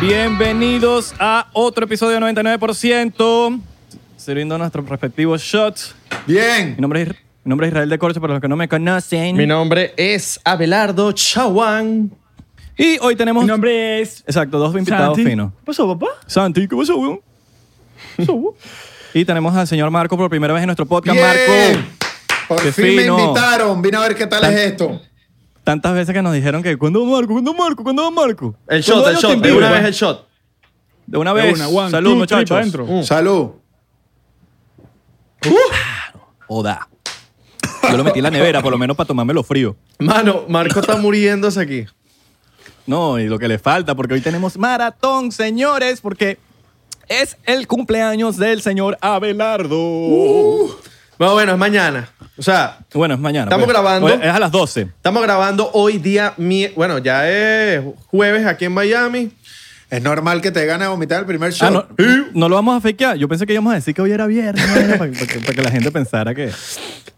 Bienvenidos a otro episodio de 99%, sirviendo nuestros respectivos shots. Bien. Mi nombre es, mi nombre es Israel de Corcho, para los que no me conocen. Mi nombre es Abelardo Chaguán. y hoy tenemos... Mi nombre es Exacto, dos invitados Santi. finos. ¿Qué pasó, papá? Santi, ¿qué pasó, weón? ¿Qué pasó, weón? y tenemos al señor Marco por primera vez en nuestro podcast. Bien. Marco, Por Qué fin fino. me invitaron. Vine a ver qué tal es esto. tantas veces que nos dijeron que ¿cuándo va Marco? ¿Cuándo va Marco? ¿Cuándo va Marco? El ¿Cuándo shot, el va Justin shot. De Bieber? una vez el shot. De una De vez. una, one, Salud, two, three, muchachos. pa' adentro. Salud. Oda. Yo lo metí en la nevera, por lo menos para tomármelo frío. Mano, Marco está muriéndose aquí. No, y lo que le falta, porque hoy tenemos maratón, señores, porque es el cumpleaños del señor Abelardo. Bueno, bueno, es mañana. O sea, Bueno, es mañana. Estamos grabando. Oye, Es a las 12. estamos grabando hoy día. mi- Bueno, ya es jueves aquí en Miami. Es normal que te gane a vomitar el primer Ah, shot. no, no lo vamos a fakear. Yo pensé que íbamos a decir que hoy era viernes para, para que, para que la gente pensara que.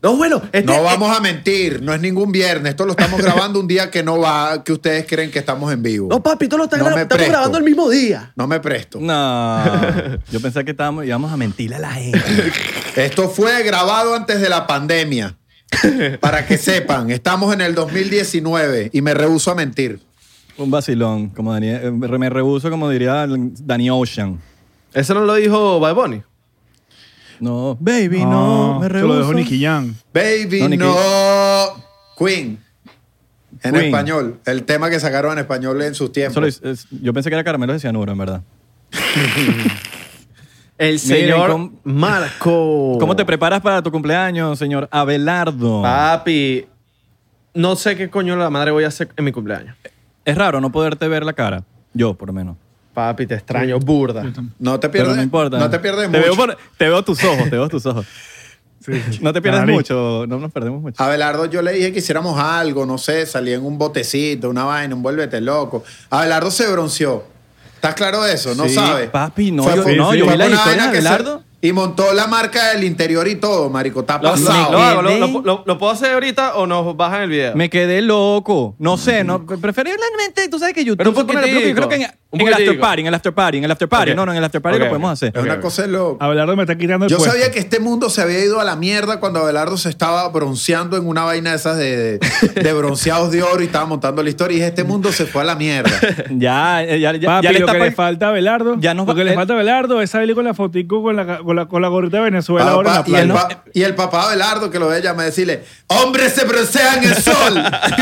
No, bueno, este, No vamos a mentir, no es ningún viernes. Esto lo estamos grabando un día que no va, que ustedes creen que estamos en vivo. No, papi, todo lo están No gra- me estamos presto. grabando el mismo día. No me presto. No. Yo pensé que estábamos, íbamos a mentirle a la gente. Esto fue grabado antes de la pandemia. Para que sepan, estamos en el 2019 y me rehuso a mentir. Un vacilón, como Daniel, eh, me rehuso, como diría Danny Ocean. Eso no lo dijo Bad Bunny. No, baby, no, me Te Ah, lo rehuso. dejó Nicky Jam. Baby, No, Nicky. no. Queen. En Queen. español. El tema que sacaron en español en sus tiempos. Eso lo hizo- es- yo pensé que era caramelo de cianuro, en verdad. El señor Marco. ¿Cómo te preparas para tu cumpleaños, señor Abelardo? Ah. Papi, no sé qué coño la madre voy a hacer en mi cumpleaños. Es raro no poderte ver la cara. Yo, por lo menos. Papi, te extraño, burda. No te Pero pierdes. no importa. te pierdes te mucho. Veo por- te veo tus ojos, te veo tus ojos. No te pierdes Nariz. mucho, no nos perdemos mucho. Abelardo, yo le dije que hiciéramos algo, no sé, salí en un botecito, una vaina, un vuélvete loco. Abelardo se bronceó. ¿Estás claro de eso? No Sí, sabe. papi, no, yo- por- no, yo fue vi las por una historias vaina de que se- Abelardo. Y montó la marca del interior y todo, marico. Está Lo, pasado. lo hago, lo, lo- lo- lo puedo hacer ahorita o nos bajan el video. Me quedé loco. No sé, no, preferiblemente, tú sabes que YouTube... Pero un poquitico, creo que- yo creo que en, un en el after poquitico. party, en el after party, en el after party. Ok. No, no, en el after party Ok, lo podemos ok. hacer. Es una Ok, cosa de loco. Abelardo me está quitando el Yo puesto. sabía que este mundo se había ido a la mierda cuando Abelardo se estaba bronceando en una vaina de esas de, de- de bronceados de oro y estaba montando la historia. Y dije, este mundo se fue a la mierda. Ya, eh, ya, ya, Papi, ya le lo está que le pa- falta a Abelardo, Ya nos va- lo que él- le falta a Abelardo es salir con la fotico con la, con la, con la gorrita de Venezuela Papá, ahora en la y, el playa. pa- y el papá Abelardo que lo ve llama a decirle, hombres se broncean en el sol.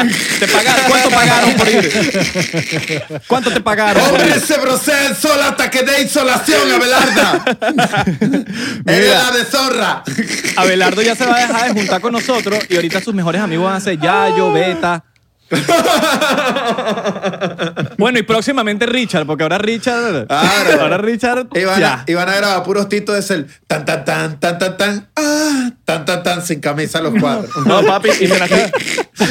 te pagaron, ¿Cuánto pagaron por ir? ¿Cuánto te pagaron por ir? Hombres se broncean en sol hasta que dé insolación, Abelarda. Eres la de zorra. Abelardo ya se va a dejar de juntar con nosotros y ahorita sus mejores amigos van a ser Ah. Yayo, Beta. Bueno, y próximamente Richard, porque ahora Richard. Claro. Ahora Richard. Y van, a, ya. y van a grabar puros titos de ser tan tan tan tan tan tan ah, tan tan tan sin camisa los cuatro. No, papi, y me la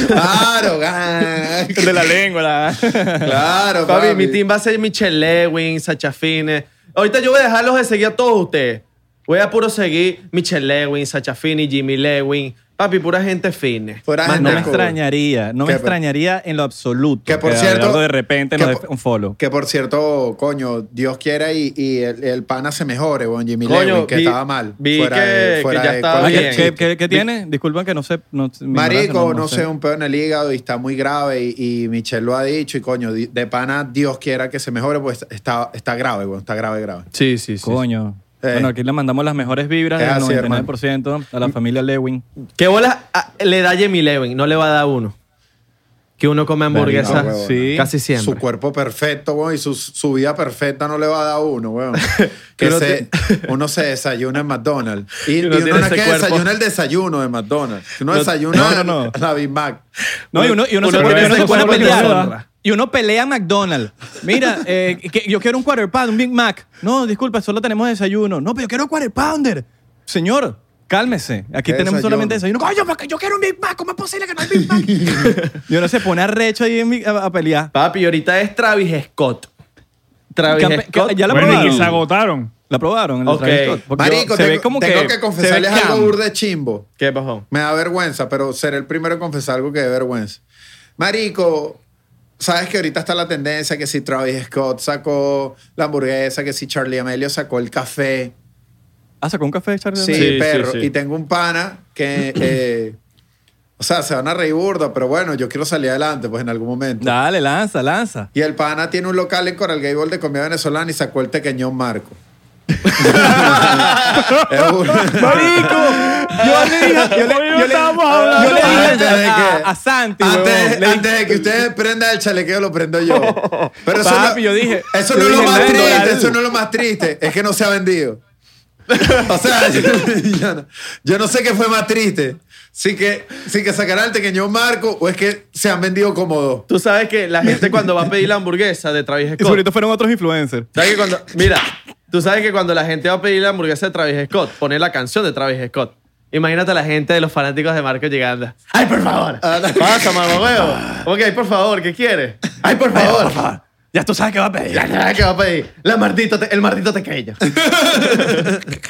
Claro, gan. De la lengua. la- claro, Papi, papi. mi team va a ser Michelle Lewin, Sacha Fine. Ahorita yo voy a dejarlos de seguir a todos ustedes. Voy a puro seguir Michelle Lewin, Sacha Fine, Jimmy Lewin. Papi, pura gente fine. Fuera Más gente No me nada. cool. extrañaría, no me Ah, Que- extrañaría en lo absoluto. Que por cierto- Abelardo de repente que nos dé por- un follow. Que por cierto, coño, Dios quiera y, y el, el pana se mejore, bon Jimmy Coño, Lewin, que vi- estaba mal. vi que- que ya estaba Ah, cualquier ¿qué, bien. qué- chiste. qué- qué tiene? Disculpa que no sé. No, mi ignorancia, Marico, no sé, un pedo en el hígado y está muy grave y, y Michelle lo ha dicho y coño, di- de pana, Dios quiera que se mejore, pues está, está grave, bueno, está grave, grave. Sí, sí, sí. Coño. Eh. Bueno, aquí le mandamos las mejores vibras Es del así, 99% a la familia Lewin. ¿Qué bola ah, le da Jimmy Lewin? No le va a dar uno. Que uno come hamburguesas Verga, huevón. Sí. casi Su siempre. cuerpo perfecto, weón, y su, su vida perfecta no le va a dar a uno, weón. Que Uno se- te- uno se desayuna en McDonald's. Y, Que y uno uno, tiene no es ese que cuerpo. desayuna el desayuno de McDonald's. que Uno No- desayuna no, no, no. la Big Mac. No, y uno, y uno Uno se pone, no y uno es se pone a conservador, pelear. ¿verdad? Y uno pelea a McDonald's. Mira, eh, que yo quiero un quarter pound, un Big Mac. No, disculpa, solo tenemos desayuno. No, pero yo quiero quarter pounder. Señor, cálmese. Aquí ¿Qué tenemos desayuno? solamente desayuno. Coño, porque yo quiero un Big Mac. ¿Cómo es posible que no hay Big Mac? y uno se pone arrecho ahí en mi- a, a pelear. Papi, ahorita es Travis Scott. Travis Campe- Scott. que- ya la bueno, y que se probaron. agotaron. La probaron. el Ok. Travis Scott, porque Marico, se tengo, ve como tengo que, que, se ve confesarles cam. algo burde chimbo. ¿Qué pasó? Me da vergüenza, pero seré el primero en confesar algo que dé vergüenza. Marico, Sabes que ahorita está la tendencia que si Travis Scott sacó la hamburguesa, que si Charlie Amelio sacó el café. Ah, sacó un café, Charlie. Sí, Amelio? Sí, perro. sí, sí. Y tengo un pana que, eh, o sea, se van a reír burda, pero bueno, yo quiero salir adelante, pues en algún momento. Dale, lanza, lanza. Y el pana tiene un local en Coral Gable de comida venezolana y sacó el tequeñón Marco. Es un- ¡Marico! Yo le dije. Yo le, Hoy no yo le- estábamos yo le hablando. dije Antes de a, que- a- a Santi, antes, huevón, le dije- antes de que usted prenda el chalequeo, lo prendo yo. Pero eso Papi, no, yo dije- Eso yo no es lo dije, más "Nando, triste, dale". eso no es lo más triste. Es que no se ha vendido. O sea, yo, yo no, yo no sé qué fue más triste. Sí que, sí que sacará el pequeño Marco o es que se han vendido como dos. Tú sabes que la gente cuando va a pedir la hamburguesa de Travis Y sobre todo Scott. fueron otros influencers. ¿sabes que cuando, mira, tú sabes que cuando la gente va a pedir la hamburguesa de Travis Scott, pone la canción de Travis Scott. Imagínate a la gente de los fanáticos de Marco llegando. ¡Ay, por favor! ¡Pasa, mamahuevo! Ok, por favor, ¿qué quieres? ¡Ay, por favor! por favor. Ya tú sabes qué va a pedir. Ya, ya, ¿qué va a pedir? La mardito te- el mardito tequeño.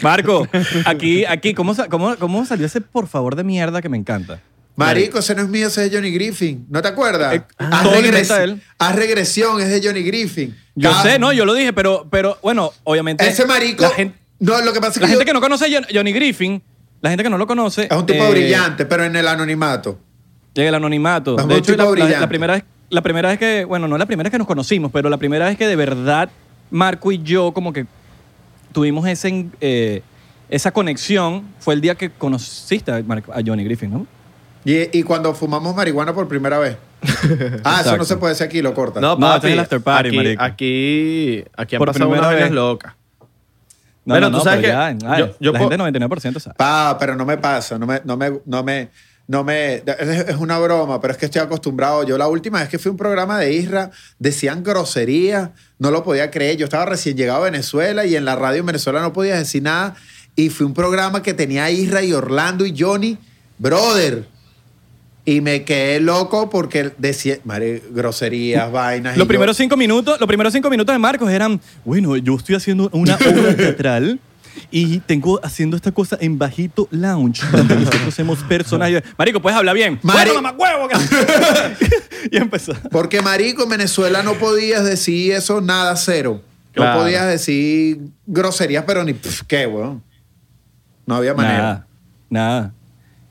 Marco, aquí, aquí, ¿cómo, sa- cómo, cómo salió ese por favor de mierda que me encanta? Marico, ese no es mío, ese es de Johnny Griffin. ¿No te acuerdas? Eh, todo lo inventa él. haz regresión, es de Johnny Griffin. Yo Cada- sé, no, yo lo dije, pero, pero bueno, obviamente. Ese marico. La gente, no, lo que pasa es que, la gente yo- que no conoce a John- Johnny Griffin, la gente que no lo conoce. es un tipo eh, brillante, pero en el anonimato. Llega el anonimato. Es un de hecho, tipo la, la- brillante. la primera vez, la primera vez que, bueno, no la primera vez que nos conocimos, pero la primera vez que de verdad Marco y yo como que tuvimos ese, en- eh, esa conexión fue el día que conociste a, Marco- a Johnny Griffin, ¿no? Y, y cuando fumamos marihuana por primera vez. ah, eso Exacto. no se puede decir aquí, lo cortan. No, este es el after party, aquí, marico. aquí, aquí han Por pasado unas primera vainas vez. locas. No, Bueno, no, tú no, sabes pero ya, que ay, yo- yo la puedo- gente 99% sabe. Pa, Ah, pero no me pasa, no me, no me, no me, no me, es es una broma, pero es que estoy acostumbrado. Yo la última vez que fui a un programa de Isra, decían groserías, no lo podía creer. Yo estaba recién llegado a Venezuela y en la radio en Venezuela no podía decir nada. Y fue un programa que tenía a Isra y Orlando y Johnny, brother. Y me quedé loco porque decía, madre, groserías, vainas. y Los yo- primeros cinco minutos, los primeros cinco minutos de Marcos eran, bueno, yo estoy haciendo una obra teatral y tengo haciendo esta cosa en bajito lounge donde nosotros hacemos personajes. Marico, puedes hablar bien. Mari- Bueno, mamacuevo, que- y empezó. Porque, marico, en Venezuela no podías decir eso nada cero. Claro. No podías decir groserías, pero ni pf, qué, weón. No había manera. Nada, nada.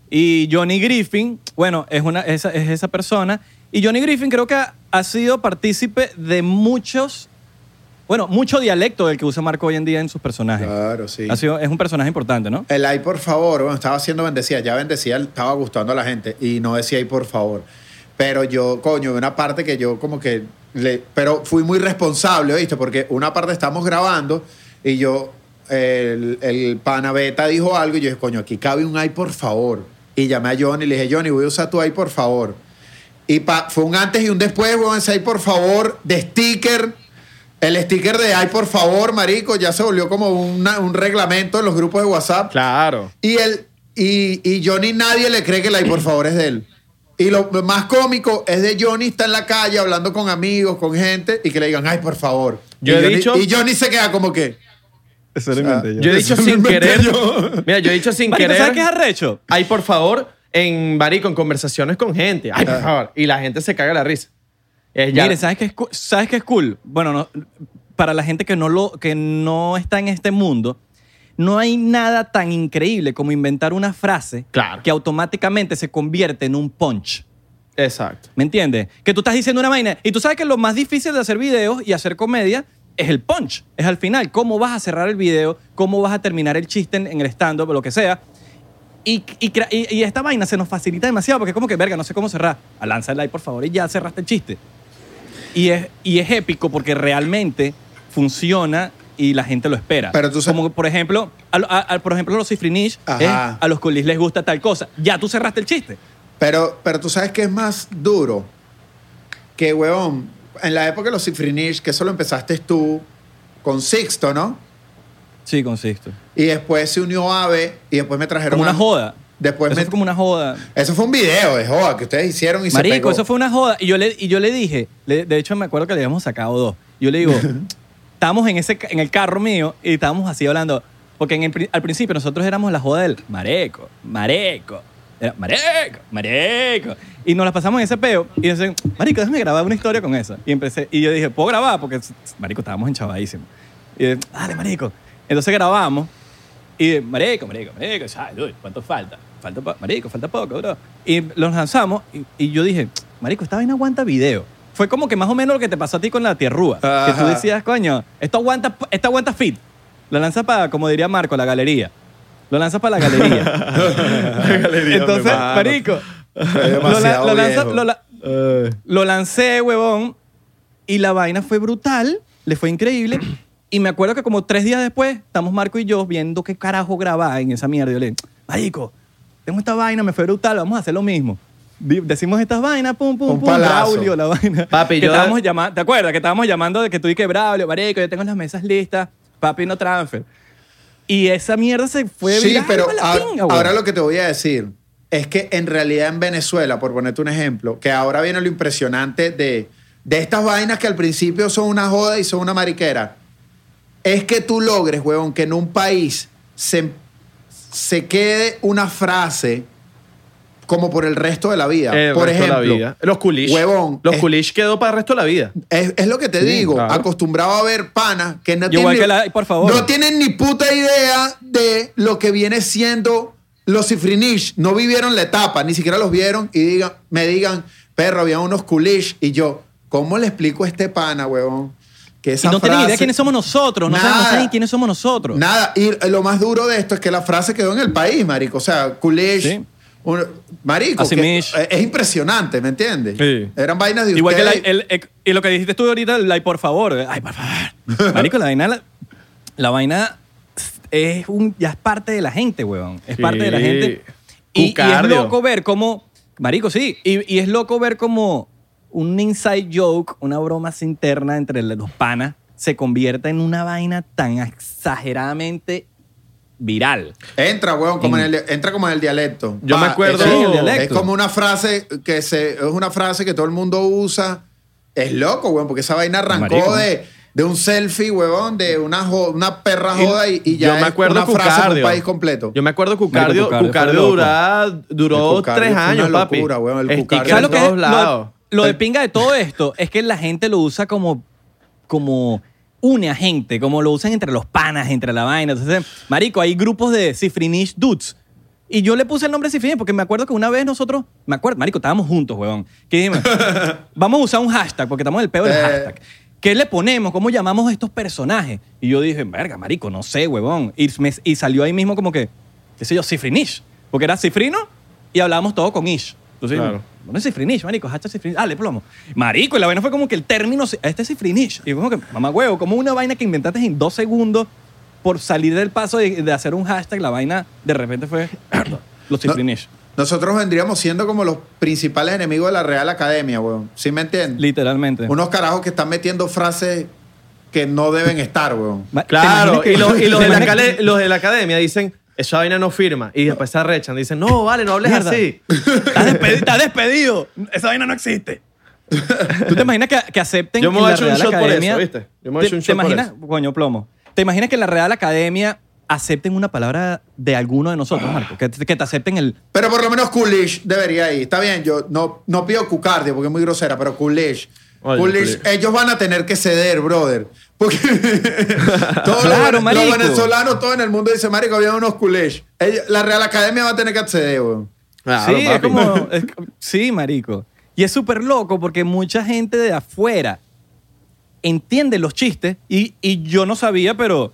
Y Johnny Griffin, bueno, es, una, esa, es esa persona. Y Johnny Griffin creo que ha, ha sido partícipe de muchos, bueno, mucho dialecto del que usa Marco hoy en día en sus personajes. Claro, Ah, sí. Ha sido, es un personaje importante, ¿no? El ay, por favor, bueno, estaba siendo bendecida, ya bendecida, estaba gustando a la gente y no decía ay, por favor. Pero yo, coño, una parte que yo como que le. Pero fui muy responsable, ¿viste? Porque una parte estamos grabando y yo, el, el pana beta dijo algo y yo dije, coño, aquí cabe un ay, por favor. Y llamé a Johnny y le dije, Johnny, voy a usar tu ay, por favor. Y pa- fue un antes y un después, weón, ese ay, por favor, de sticker. El sticker de ay, por favor, marico, ya se volvió como una- un reglamento en los grupos de WhatsApp. Claro. Y él, y, y Johnny nadie le cree que el ay, por favor, es de él. Y lo más cómico es de Johnny está en la calle hablando con amigos, con gente, y que le digan, ay, por favor. Yo y, he Johnny, dicho- y Johnny se queda como que. Eso lo inventé yo. Yo he dicho Eso sin me inventé querer. yo. Mira, yo he dicho sin Marico, querer. ¿sabes qué es arrecho? Ay, por favor, en marico, en conversaciones con gente. Ay, por favor. Y la gente se caga la risa. Es ya. Mire, Ah. ¿sabes qué es, cu- ¿sabes qué es cool? Bueno, no- para la gente que no, lo, que no está en este mundo, no hay nada tan increíble como inventar una frase Claro. que automáticamente se convierte en un punch. Exacto. ¿Me entiendes? Que tú estás diciendo una vaina y tú sabes que lo más difícil de hacer videos y hacer comedia es el punch, es al final, cómo vas a cerrar el video, cómo vas a terminar el chiste en, en el stand-up o lo que sea. Y, y crea- y- y esta vaina se nos facilita demasiado porque es como que, verga, no sé cómo cerrar. Ah, Lanza el like, por favor, y ya cerraste el chiste. Y es, y es épico porque realmente funciona y la gente lo espera. Pero tú sabes- Como por ejemplo, a, lo- a- a- por ejemplo los cifrinish, Ajá. es, a los colis les gusta tal cosa. Ya tú cerraste el chiste. Pero, pero tú sabes que es más duro que, weón, en la época de los Cifrinish, que eso lo empezaste tú con Sixto, ¿no? Sí, consisto. Y después se unió Ave y después me trajeron. Como una a- joda. Después eso Pues me- fue como una joda. Eso fue un video de joda que ustedes hicieron y se Marico, pegó. eso fue una joda. Y yo le, y yo le dije, le- de hecho me acuerdo que le habíamos sacado dos. Yo le digo, estábamos en, ese, ca- en el carro mío y estábamos así hablando. Porque en el pri- al principio nosotros éramos la joda del mareco, mareco, era mareco, mareco. Y nos las pasamos en ese peo. Y dicen, marico, déjame grabar una historia con esa. Y empecé, y yo dije, ¿puedo grabar? Porque, marico, estábamos enchavadísimos. Y dije, dale, marico. Entonces grabamos. Y marico, marico, marico, ay, dude, ¿cuánto falta? Falta po- marico, falta poco, bro. Y los lanzamos y, y yo dije, marico, esta vaina aguanta video. Fue como que más o menos lo que te pasó a ti con la tierrúa. Que tú Ajá. decías, coño, esto aguanta, esta aguanta fit. Lo lanzas para, como diría Marco, la galería. Lo lanzas para la galería. Entonces, marico, Es lo, la- demasiado lo lanza- viejo. lo la- lo lancé, huevón, y la vaina fue brutal, le fue increíble. Y me acuerdo que como tres días después, estamos Marco y yo viendo qué carajo grababa en esa mierda. Yo le digo, marico, tengo esta vaina, me fue brutal, vamos a hacer lo mismo. Di- Decimos estas vainas, pum, pum, Un pum, palazo. Braulio, la vaina. Papi, que yo- estábamos llama- ¿Te acuerdas? Que estábamos llamando de que tú y que Braulio, marico, yo tengo las mesas listas, papi, no transfer. Y esa mierda se fue Sí, viral pero pa' la ahora, pinga, huevón. ahora lo que te voy a decir es que en realidad en Venezuela, por ponerte un ejemplo, que ahora viene lo impresionante de, de estas vainas que al principio son una joda y son una mariquera, es que tú logres, huevón, que en un país se, se quede una frase como por el resto de la vida. El por resto de la ejemplo, vida. Los culish. Huevón, Los es- culish quedó para el resto de la vida. Es, es lo que te digo, claro. acostumbrado a ver panas que no Yo voy tienen, a que la- por favor. no tienen ni puta idea de lo que viene siendo los Ifrinish. No vivieron la etapa, ni siquiera los vieron y digan, me digan, perro, había unos Kulish. Y yo, ¿cómo le explico a este pana, huevón? Que Y esa no tienen frase- idea quiénes somos nosotros, no saben- no Nada. saben quiénes somos nosotros. Nada, y lo más duro de esto es que la frase quedó en el país, marico. O sea, Kulish. Sí. un- marico, Así que- mish. es impresionante, ¿me entiendes? Sí. Eran vainas de Igual que ustedes. la- el- el- y lo que dijiste tú ahorita, el like, por favor. eh, Ay, por favor. Marico, la vaina, la, la vaina es un, ya es parte de la gente, weón. Es Sí. parte de la gente. Y, y es Cucardio. loco ver cómo, marico, sí. Y, y es loco ver cómo un inside joke, una broma así interna entre los panas, se convierta en una vaina tan exageradamente viral. Entra, weón, como en el, entra como en el dialecto. Yo me acuerdo- Es, Sí, el dialecto. es como una frase que se, es una frase que todo el mundo usa. Es loco, weón, porque esa vaina arrancó Marico. de, de un selfie, weón, de una, jo- una perra Y- joda y, y ya yo me es acuerdo una frase de Cucardio. un país completo. Yo me acuerdo Cucardio, Marico, Cucardio Cucardio fue durá- duró El Cucardio tres fue una años, papi. locura, weón, el Sticker Cucardio. en ¿Sabes lo que es? todos Lo- lados. Lo, de pinga de todo esto es que la gente lo usa como, como une a gente, como lo usan entre los panas, entre la vaina. Entonces, marico, hay grupos de cifrinish dudes. Y yo le puse el nombre Cifrinish porque me acuerdo que una vez nosotros, me acuerdo, marico, estábamos juntos, huevón. Que dijimos, vamos a usar un hashtag porque estamos en el peor del Eh. hashtag. ¿Qué le ponemos? ¿Cómo llamamos a estos personajes? Y yo dije, verga, marico, no sé, huevón. Y, me- y salió ahí mismo como que, qué sé yo, Cifrinish. Porque era Cifrino y hablábamos todo con Ish. Entonces, Claro. bueno, es cifrinish, marico, hashtag cifrinish. Dale, Ah, plomo. Marico, y la vaina fue como que el término, se- este es cifrinish. Y como que, mamá huevo, como una vaina que inventaste en dos segundos por salir del paso de, de hacer un hashtag, la vaina de repente fue los cifrinish. Nosotros vendríamos siendo como los principales enemigos de la Real Academia, weón. ¿Sí me entiendes? Literalmente. Unos carajos que están metiendo frases que no deben estar, weón. Ma- ¿te imaginas Claro, que- y, los, y los te de la imaginas- cale- los de la academia dicen, esa vaina no firma. Y después se arrechan, dicen, no, vale, no hables Mierda. así. Estás despedido, estás despedido. Esa vaina no existe. ¿Tú te imaginas que, que acepten Yo me en voy la a echar un Real shot por Academia? eso, ¿viste? Yo me voy a ¿Te- echar un ¿Te shot por imaginas, coño, plomo? ¿Te imaginas que en la Real Academia acepten una palabra de alguno de nosotros, Marco? Que, que te acepten el Pero por lo menos Coolidge debería ir. Está bien, yo no, no pido Cucardio porque es muy grosera, pero Coolidge. Oye, Coolidge, Coolidge. ellos van a tener que ceder, brother. Porque todos los Claro, vene- los, marico. venezolanos, todo en el mundo dice, marico, había unos Coolidge. Ellos- La Real Academia va a tener que acceder, weón. Claro, sí, es papi. como. es- sí, marico. Y es súper loco porque mucha gente de afuera entiende los chistes y, y yo no sabía, pero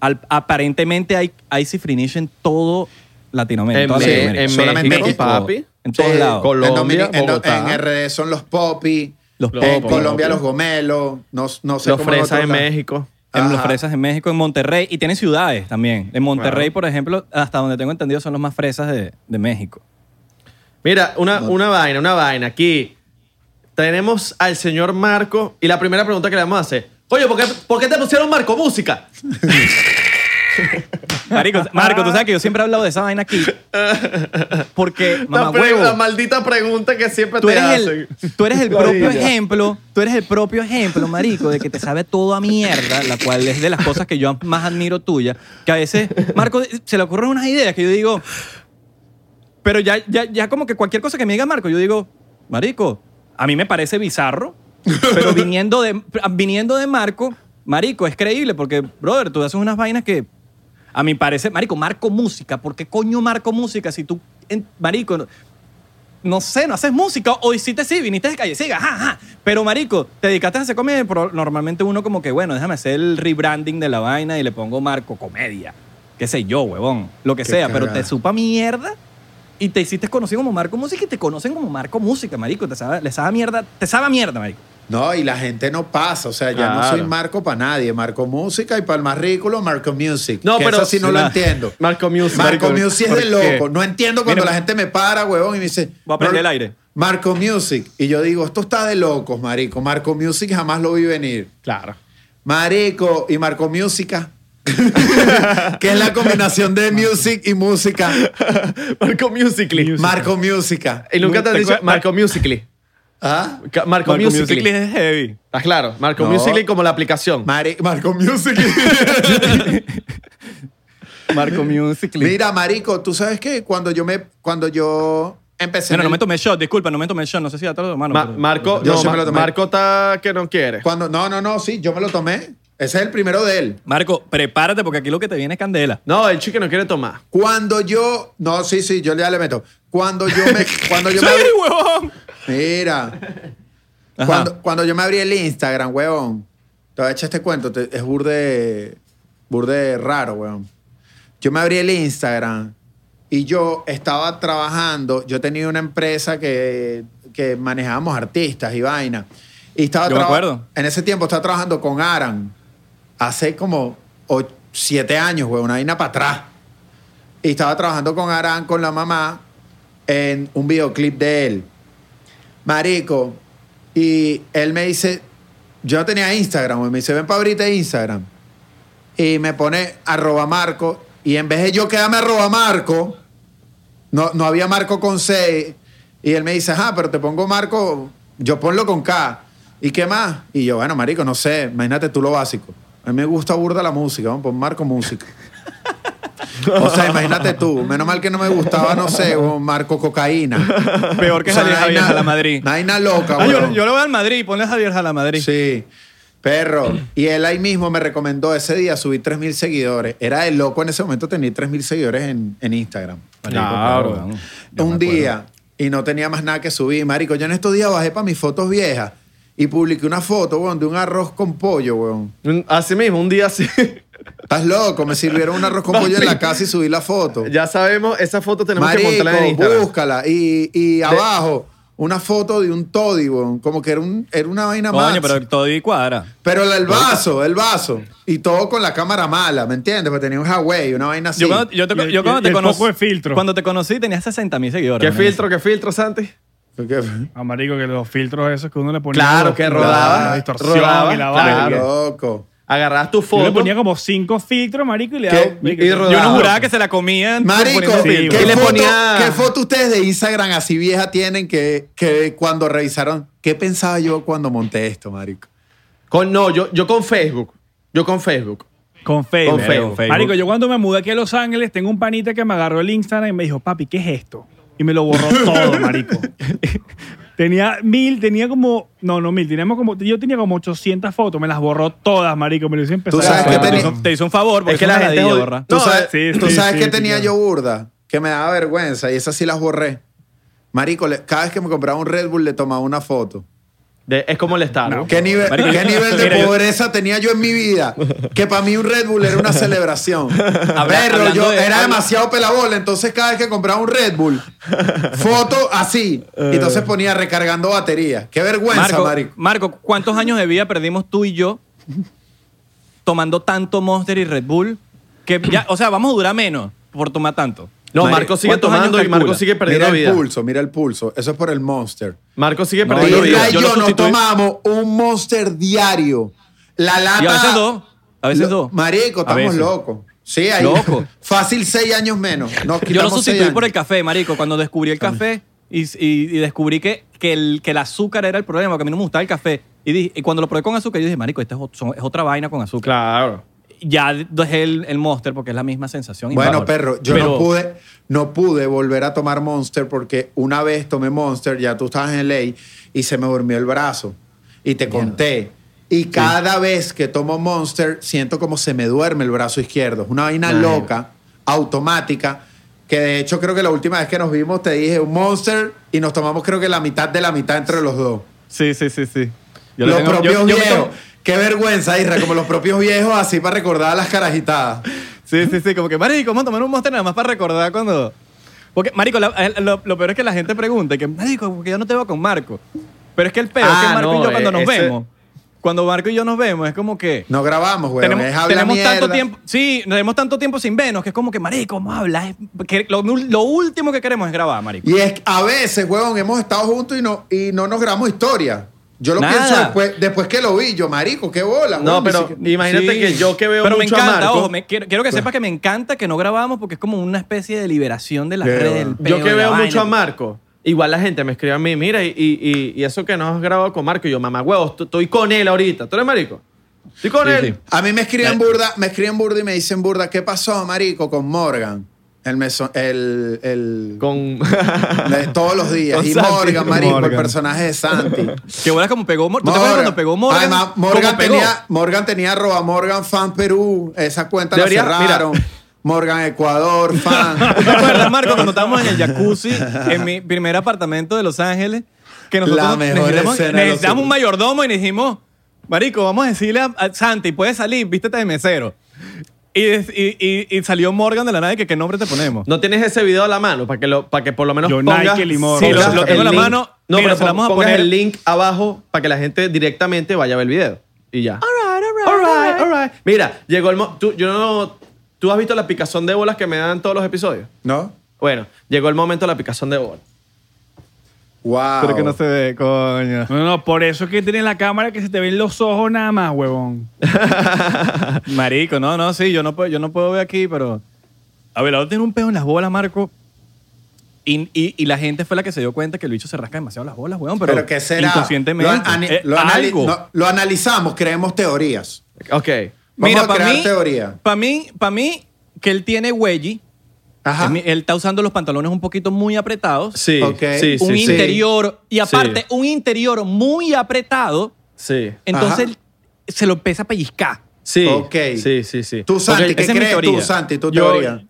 al- aparentemente hay, hay cifrinish en todo Latinoamérica. En toda Me- Latinoamérica. en solamente México, México. papi. En todos lados. Col- Colombia, en, Dominic- en, Bogotá. en RD son los Poppy. Los en Poppy. Colombia los Gomelos. No, no sé Los cómo en fresas otros en lados. México. en los Ajá. fresas en México, en Monterrey, y tienen ciudades también. En Monterrey, Claro. por ejemplo, hasta donde tengo entendido, son los más fresas de, de México. Mira, una, una vaina, una vaina. Aquí tenemos al señor Marco y la primera pregunta que le vamos a hacer. Oye, ¿por qué, por qué te pusieron Marco Música? Marico, Marco, tú sabes que yo siempre he hablado de esa vaina aquí. Porque, mamá, pre- huevo, maldita pregunta que siempre tú eres el, tú eres el propio Ladilla. ejemplo, tú eres el propio ejemplo, marico, de que te sabe todo a mierda, la cual es de las cosas que yo más admiro tuya, que a veces, Marco, se le ocurren unas ideas que yo digo, pero ya, ya, ya como que cualquier cosa que me diga Marco, yo digo, Marico, a mí me parece bizarro, pero viniendo de, viniendo de Marco, Marico, es creíble porque, brother, tú haces unas vainas que a mi parece, Marico, Marco Música. ¿Por qué coño Marco Música si tú, en- Marico, no- no sé, no haces música o hiciste sí, viniste de calle, siga, ajá, ajá. Pero, marico, te dedicaste a hacer comedia, pero normalmente uno como que, bueno, déjame hacer el rebranding de la vaina y le pongo marco comedia. Qué sé yo, huevón, lo que Qué sea, pero cagada. te supa mierda y te hiciste conocido como Marco Música y te conocen como Marco Música, marico. Te sabe, le sabe a mierda, te sabe a mierda, marico. No, y la gente no pasa. O sea, ya no Claro. soy Marco para nadie. Marco Música y para el más ridículo, Marco Music. No, que pero- Eso sí no lo Nah. entiendo. Marco Music. Marco Marco- Music es ¿por de qué? loco. No entiendo cuando Mira, la gente me para, huevón, y me dice. Voy a prender "Mar- el aire". Marco Music. Y yo digo, esto está de locos, marico. Marco Music jamás lo vi venir. Claro. Marico y Marco Música. que es la combinación de music y música. Marco Musically. Marco Música. y nunca te han ¿Te dicho acuerdas? Marco Musically. ¿Ah? Ca- Marco, Musically. es heavy. Está claro. Marco No. Musically como la aplicación. Mari- Marco Music. Marco Musically. Mira, marico, tú sabes que cuando yo me cuando yo empecé en Bueno, no el- me tomé shot, disculpa, no me tomé shot, no sé si ya te lo tomaron. Ma- pero- Marco, Yo no, sí me Ma- lo tomé. Marco está que no quiere. cuando no, no, no, sí, yo me lo tomé. Ese es el primero de él. Marco, prepárate porque aquí lo que te viene es candela. No, el chico no quiere tomar. Cuando yo, no, sí, sí, yo ya le meto. Cuando yo me cuando yo ¡Sí, me huevón! Mira, Ajá. cuando, cuando yo me abrí el Instagram, huevón. Te voy a echar este cuento, te- es burde burde raro, huevón. Yo me abrí el Instagram y yo estaba trabajando. Yo tenía una empresa que, que manejábamos artistas y vaina. Y estaba Yo me traba- acuerdo. En ese tiempo estaba trabajando con Aran hace como o- siete años, güey, una vaina para atrás. Y estaba trabajando con Aran, con la mamá, en un videoclip de él. Marico. Y él me dice, yo no tenía Instagram, güey. me dice, ven para abrirte Instagram y me pone arroba Marco. Y en vez de yo quedarme arroba Marco, no, no había Marco con C. Y él me dice, ah, pero te pongo Marco, yo ponlo con K. ¿Y qué más? Y yo, bueno, marico, no sé, imagínate tú lo básico. A mí me gusta burda la música, vamos, pon Marco Música. O sea, imagínate tú, menos mal que no me gustaba, no sé, o Marco Cocaína. Peor que O sea, Javier una vaina- Javier a la Madrid. una vaina loca, Ah, yo, weón. yo lo voy al Madrid y ponle a Javier a la Madrid. Sí. Perro. Y él ahí mismo me recomendó ese día subir 3.000 seguidores. Era de loco en ese momento tener 3.000 seguidores en, en Instagram. Ah. Claro. weón. Yo me Un acuerdo. día y no tenía más nada que subir, marico. Yo en estos días bajé para mis fotos viejas y publiqué una foto, weón, de un arroz con pollo, weón. Un- Así mismo, un día así. Estás loco, me sirvieron un arroz con pollo en la casa y subí la foto. ya sabemos, esa foto tenemos Marico, que montarla en Instagram. búscala. Y, y abajo, una foto de un toddy, weón. Como que era, un, era una vaina más. Coño, pero el todo y cuadra. Pero el vaso, el vaso. Y todo con la cámara mala, ¿me entiendes? Porque tenía un Huawei, una vaina así. Yo cuando, yo te, Y el- yo cuando y te el conocí. poco de filtro. Cuando te conocí tenías 60 mil seguidores. ¿Qué ¿no? filtro, qué filtro, Santi? Porque- Ah, marico, que los filtros esos que uno le ponía. Claro, los- que la- rodaba, La distorsión rodaba, y la claro. vaina. Loco. Agarrabas tu Yo le foto. ponía como cinco filtros, marico, y le ¿Qué? daba. Y- y rodaba. Yo no Ah, juraba que se la comían. Marico, poniendo sí, filtro. ¿qué, le foto, ponía- qué foto ustedes de Instagram así vieja tienen que, que cuando revisaron? ¿Qué pensaba yo cuando monté esto, marico? Con, no, yo, yo con Facebook. Yo con Facebook. Con Facebook. Con Facebook. Marico, yo cuando me mudé aquí a Los Ángeles, tengo un panita que me agarró el Instagram y me dijo, papi, ¿qué es esto? Y me lo borró todo, marico. tenía mil, tenía como... No, no mil, teníamos como... Yo tenía como 800 fotos, me las borró todas, marico. Me lo hice empezar. Tú sabes a- que Bueno, te, tenía- hizo, te hizo un favor porque Es que es la una gente ladilla, hoy- borra. ¿Tú No, sabes, eh, sí, tú sí, sabes sí, que sí, tenía claro. yo burda? Que me daba vergüenza y esas sí las borré. Marico, le- cada vez que me compraba un Red Bull le tomaba una foto. De- es como el Starbucks. ¿Qué nivel, Marico, qué yo- nivel de mira, yo- pobreza tenía yo en mi vida? Que para mí un Red Bull era una celebración. Perro, hablando yo de- era habla- demasiado pelabola, entonces cada vez que compraba un Red Bull, foto así, y entonces ponía recargando batería. Qué vergüenza, Eh. Marco, marico. Marco, ¿cuántos años de vida perdimos tú y yo tomando tanto Monster y Red Bull? Que ya, o sea, vamos a durar menos por tomar tanto. No, Marico, Marco sigue ¿cuántos años tomando y calcula? Marco sigue Mira perdiendo el vida. pulso, mira el pulso. Eso es por el Monster. Marco sigue No, perdiendo yo- vida. Mira, yo yo, lo nos sustituí. tomamos un Monster diario. La lata... Y a veces dos. A veces Lo- dos. Marico, A estamos veces. locos. Sí, ahí. Loco. Fácil seis años menos. Nos Yo lo quitamos seis sustituí por años. el café, marico. Cuando descubrí el café y, y- y descubrí que, que, el, que el azúcar era el problema, que a mí no me gustaba el café. Y, dije- y cuando lo probé con azúcar, yo dije, marico, esta es, ot- son- es otra vaina con azúcar. Claro. ya dejé el, el Monster porque es la misma sensación. Bueno, invaluable. perro, yo Pero- no pude, no pude volver a tomar Monster porque una vez tomé Monster, ya tú estabas en ley y se me durmió el brazo y te conté. Y cada vez que tomo Monster siento como se me duerme el brazo izquierdo. Es Una vaina loca, automática, que de hecho creo que la última vez que nos vimos te dije un Monster y nos tomamos creo que la mitad de la mitad entre los dos. Sí, sí, sí, sí. Yo los le tengo- propios yo- yo me viejos. tomo- Qué vergüenza, Isra, como los propios viejos así para recordar las carajitadas. Sí, sí, sí, como que, marico, vamos a tomar un monster nada más para recordar cuando... Porque, marico, la- eh, lo, lo peor es que la gente pregunta, que, marico, porque yo no te veo con Marco. Pero es que el peor es Ah, que Marco no, y yo cuando eh, nos ese- vemos, cuando Marco y yo nos vemos, es como que... No grabamos, Pues, güey. tenemos es habla tenemos tanto mierda. tiempo, sí, tenemos tanto tiempo sin vernos que es como que, marico, vamos a hablar. es- que lo, lo último que queremos es grabar, marico. Y es que a veces, huevón, hemos estado juntos y no, y no nos grabamos historia. Yo lo Nada. pienso después, después que lo vi, yo, marico, qué bola. No, huevón, ni pero siquiera- imagínate Sí. que yo que veo Pero mucho me encanta, a Marco. Pues. ojo, me- quiero, quiero que sepas que me encanta que no grabamos porque es como una especie de liberación de las Qué redes. bueno. del Yo peo, de que la veo vaina. pues. mucho a Marco, igual la gente me escribe a mí, mira, y, y- y- y eso que no has grabado con Marco, y yo, mamá, huevos, t- estoy con él ahorita. ¿Tú eres marico? Estoy con Sí, él. sí. A mí me escriben Eh. burda, me escriben burda y me dicen burda, ¿qué pasó, marico, con Morgan? El meso, el, el Con... de todos los días. Con Y Santi. Morgan, Con marico, el Morgan. personaje de Santi. Que bolas como pegó Morgan. ¿Tú te acuerdas cuando pegó Morgan? Además, ¿Cómo Morgan pegó? tenía, Morgan tenía arroba Morgan Fan Perú. Esa cuenta Debería- la mira. cerraron. Morgan Ecuador Fan. ¿Tú ¿Te acuerdas, Marco, cuando estábamos en el jacuzzi, en mi primer apartamento de Los Ángeles, que nosotros La mejor necesitamos, escena de los necesitamos un Simpsons. mayordomo y dijimos, Marico, vamos a decirle a, a Santi, puedes salir, vístete de mesero. Y, des- y, y- y salió Morgan de la nave que qué nombre te ponemos. No tienes ese video a la mano para que, lo, para que por lo menos Yo, pongas... Nike Limón. Sí, lo- lo el tengo en la link. mano. No, Mira, pero se lo vamos a pongas poner. el link abajo para que la gente directamente vaya a ver el video. Y ya. Alright, alright. Mira, llegó el... mo- Tú, yo no- ¿Tú has visto la picazón de bolas que me dan todos los episodios? ¿No? Bueno, llegó el momento de la picazón de bolas. Wow. Pero que no se ve, coño. No, no, por eso es que tienes la cámara que se te ven los ojos nada más, huevón. Marico, no, no, sí, yo no puedo, yo no puedo ver aquí, pero. A ver, ahora tiene un pedo en las bolas, Marco. Y, y- y la gente fue la que se dio cuenta que el bicho se rasca demasiado las bolas, weón. Pero, Pero, ¿qué será? Inconscientemente. Lo, ani- Eh, lo anali- algo. no, lo analizamos, creemos teorías. Ok. Vamos Mira, a para crear mí, teoría. Para mí, para mí, que él tiene wedgie. Ajá. es mi- Él está usando los pantalones un poquito muy apretados. Sí, Ok. sí, sí, un sí. interior. Y aparte, Sí. un interior muy apretado. Sí. Entonces Ajá. se lo empieza a pellizcar. Sí. Ok. Sí, sí, sí. Tú, Santi, Ok, esa ¿qué es mi crees tú, teoría. Santi? Tu Yo- teoría.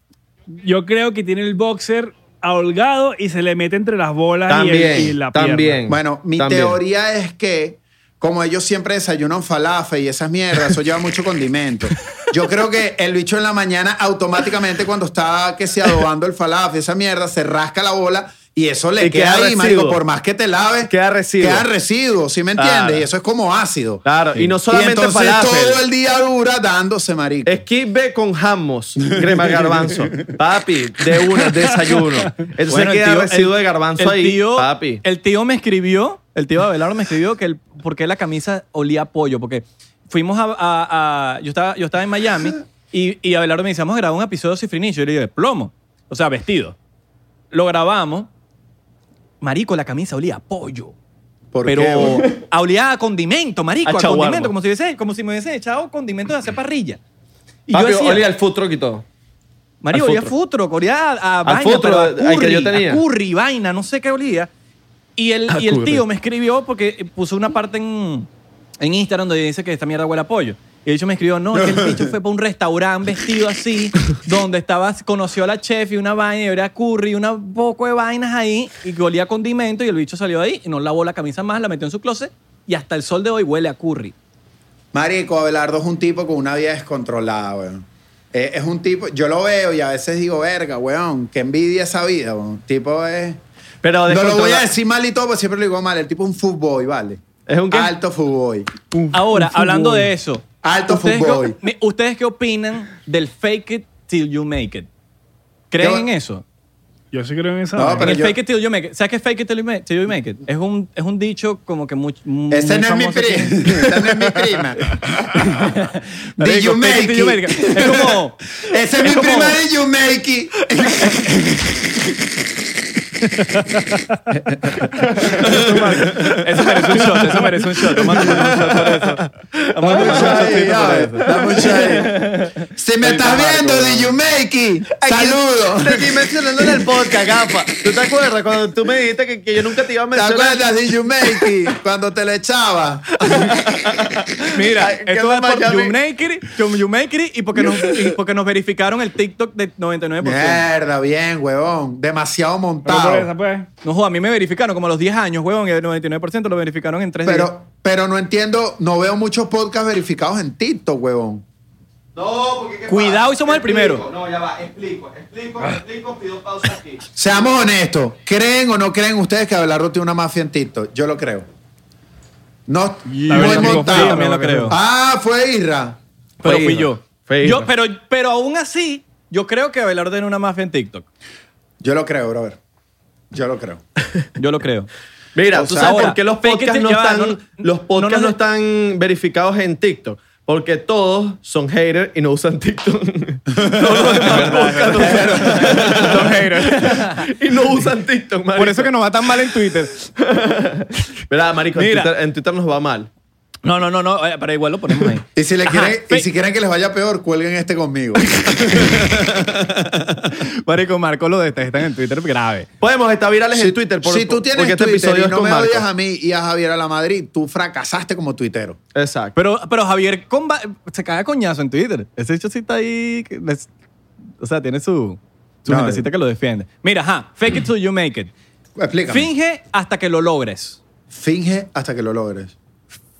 Yo creo que tiene el boxer ahogado y se le mete entre las bolas y el- También, y, la pierna. también. Bueno, mi También. teoría es que, como ellos siempre desayunan falafe y esas mierdas, eso lleva mucho condimento. Yo creo que el bicho en la mañana, automáticamente, cuando está que se adobando el falafe, esa mierda, se rasca la bola. Y eso le Y queda, queda ahí, marico, residuo. por más que te laves. Queda residuo. Quedan residuos, ¿sí me entiendes? Claro. Y eso es como ácido. Claro, y no solamente y entonces falafel. todo el día dura dándose, marico. Esquive con jamos, crema de garbanzo. Papi, de una, desayuno. Entonces Bueno, el queda tío- residuo el- de garbanzo el ahí, tío- papi. El tío me escribió, el tío Abelardo me escribió que el, porque la camisa olía a pollo, porque fuimos a, a- a- yo, estaba, yo estaba en Miami y, y Abelardo me dice, vamos a grabar un episodio de Cifrinicho. Yo le dije, plomo, o sea, vestido. Lo grabamos. Marico, la camisa olía a pollo. ¿Por pero qué, bro? a olía a condimento, marico, A a, chaguarma. condimento, como si, hubiese- como si me hubiesen echado condimento de hacer parrilla. Y papi, yo decía, olía al food truck y todo. Mario, Al olía a futuro. futuro, olía a, a Al vaina, futuro, pero a al que curry, yo tenía. a curry, vaina, no sé qué olía. Y el, A y el curry. tío me escribió porque puso una parte en, en Instagram donde dice que esta mierda huele a pollo. Y el bicho me escribió, no, es que el bicho fue para un restaurante vestido así, donde estaba, conoció a la chef y una vaina, y era curry, una poco de vainas ahí, y que olía a condimento, y el bicho salió de ahí, y no lavó la camisa más, la metió en su closet, y hasta el sol de hoy huele a curry. Marico, Abelardo es un tipo con una vida descontrolada, weón. Eh, Es, un tipo, yo lo veo y a veces digo, verga, weón, qué envidia esa vida, weón. Tipo es. Pero No lo voy a descontrola- decir mal y todo, porque siempre lo digo mal. El tipo es un fútbol, ¿vale? ¿Es un qué? Alto fútbol. Ahora, hablando de eso. Alto ¿ustedes fútbol. qué- mi- ¿Ustedes qué opinan del fake it till you make it? ¿Creen Yo- en eso? Yo sí creo en esa. No, vaina. pero en el yo- fake it till you make it. ¿Sabes qué es fake it till you make, till you make it? Es un, es un dicho como que muy, muy Esa no es mi famoso aquí. prima. Esa no es mi prima. Marico, Did you fake it make till you make it? it. Es como... Esa es mi como- prima de you make it. Eso merece un shot, eso merece un shot. Tómate un shot por eso. Dame un shot, para eso. dame un shot. Si me estás viendo, Digimeki, saludo. Te estoy mencionando en el podcast, gafa. ¿Tú te acuerdas cuando tú me dijiste que, que yo nunca te iba a ¿Te mencionar? acuerdas, Digimeki, cuando te le echaba? Mira, Ay, ¿qué esto es más, por Yami? YouMakery, por YouMakery y porque, nos, y porque nos verificaron el TikTok de 99%. Mierda, bien, huevón. Demasiado Pero por esa, montado. pues. No joda, a mí me verificaron como a los 10 años, huevón, y el 99% lo verificaron en 3 días. Pero, pero no entiendo, no veo muchos podcasts verificados en TikTok, huevón. No, porque ¿qué Cuidado pasa? y somos el Explico. primero. No, ya va, explico, explico, explico, pido pausa aquí. Seamos honestos, ¿creen o no creen ustedes que Abelardo tiene una mafia en TikTok? Yo lo creo. No, La no verdad, es amigo, montado. yo también lo creo. Ah, fue Isra. Pero Fue fui Isra. yo. Fue Isra. yo pero, pero aún así, yo creo que Abelardo tiene una mafia en TikTok. Yo lo creo, brother. Yo lo creo. Yo lo creo. Mira, O ¿tú sea, sabes ahora, por qué los fake it podcasts till no ya va, están, no- los podcasts no, no, no, no. están verificados en TikTok? Porque todos son haters y no usan TikTok. todos los demás podcasts no usan- son haters. y no usan TikTok, marico. Por eso que nos va tan mal en Twitter. Verdad, marico, en Mira. Twitter, en Twitter nos va mal. No, no, no, no, eh, pero igual lo ponemos ahí. Y si, le Ajá, quieren, y fake- si quieren que les vaya peor, cuelguen este conmigo. Marico, Marco lo detestan en Twitter grave. Podemos estar virales en Twitter por, si tú porque tienes este Twitter episodio y es no con me Marco. odias a mí y a Javier a la Madrid, tú fracasaste como tuitero. Exacto. Pero, pero Javier comba- se caga coñazo en Twitter. Ese hecho sí está ahí. que les- o sea, tiene su, su No, gentecita que lo defiende. Mira, ajá, fake it till you make it. Explícame. Finge hasta que lo logres. Finge hasta que lo logres.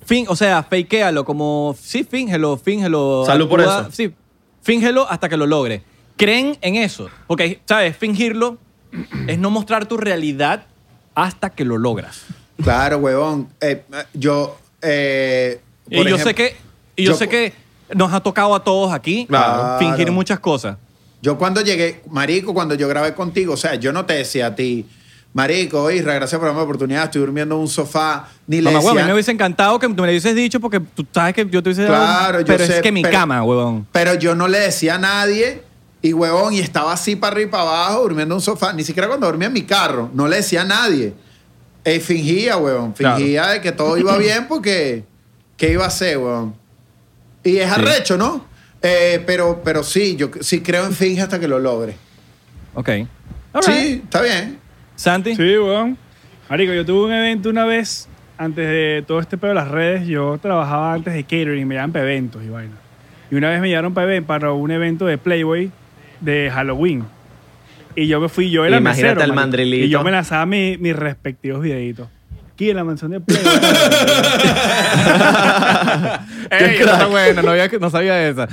Fin, o sea, fakealo como. Sí, fíngelo, fíngelo. Salud por actúa- eso. Sí, fíngelo hasta que lo logres. Creen en eso. Porque, ¿sabes? Fingirlo es no mostrar tu realidad hasta que lo logras. Claro, huevón. Eh, yo. eh, Y por yo ejem- sé que. Y yo, sé que nos ha tocado a todos aquí Claro. fingir muchas cosas. Yo cuando llegué, Marico, cuando yo grabé contigo, o sea, yo no te decía a ti, Marico, Isra, gracias por darme la oportunidad, estoy durmiendo en un sofá, ni le Mamá, huevón, a mí decía- me hubiese encantado que me lo hubieses dicho porque tú sabes que yo te hubiese dado- Claro, yo Pero sé, es que mi pero- cama, huevón. Pero yo no le decía a nadie, y huevón, y estaba así para arriba y para abajo, durmiendo en un sofá, ni siquiera cuando dormía en mi carro, no le decía a nadie. Eh, fingía, huevón, fingía de que todo iba bien porque, ¿qué iba a hacer, huevón? Y es arrecho, ¿no? Eh, pero, pero sí, yo sí creo en finge hasta que lo logre. Ok. All right. Sí, está bien. Santi. Sí, weón. Marico, yo tuve un evento una vez, antes de todo este pedo de las redes, yo trabajaba antes de catering, me llevaban para eventos y vaina. Y una vez me llevaron para, even- para un evento de Playboy de Halloween. Y yo me fui, yo era Imagínate mesero, al marico. mandrilito. Y yo me lanzaba mi- mis respectivos videitos. Aquí en la mansión de Playboy. Ey, esa está buena, no, había- no sabía esa.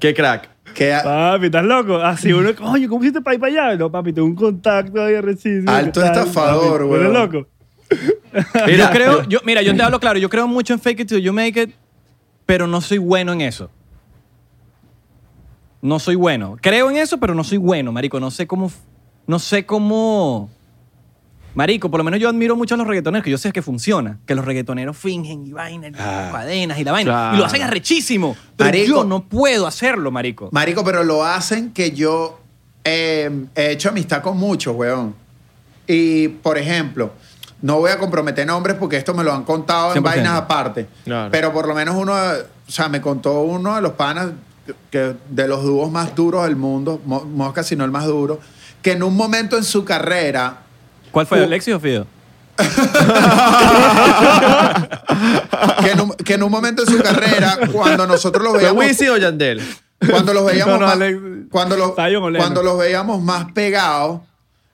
Qué crack. Que a- papi, ¿estás loco? Así uno, coño, ¿cómo hiciste para ir para allá? No, papi, tengo un contacto ahí recién. Alto estafador, güey. weón. loco? yo creo, yo, mira, yo te hablo claro, yo creo mucho en fake it till you make it, pero no soy bueno en eso. No soy bueno. Creo en eso, pero no soy bueno, marico. No sé cómo, no sé cómo. Marico, por lo menos yo admiro mucho a los reggaetoneros, que yo sé que funciona, que los reggaetoneros fingen y vainas, y cadenas y la vaina, Claro. y lo hacen arrechísimo. Pero Marico. yo no puedo hacerlo, marico. Marico, pero lo hacen que yo eh, he hecho amistad con muchos, weón. Y, por ejemplo, no voy a comprometer nombres porque esto me lo han contado 100%. en vainas aparte. Claro. Pero por lo menos uno, de- o sea, me contó uno de los panas que, de los dúos más duros del mundo, Mo- Mosca si no el más duro, que en un momento en su carrera... ¿Cuál fue, Uh. Alexis o Fido? Que en un, que en un momento en su carrera, cuando nosotros lo ¿Fue veíamos... Wisi o Yandel? Cuando los veíamos No, no, más, Alex. cuando los, Zion o Lennon. cuando los veíamos más pegados,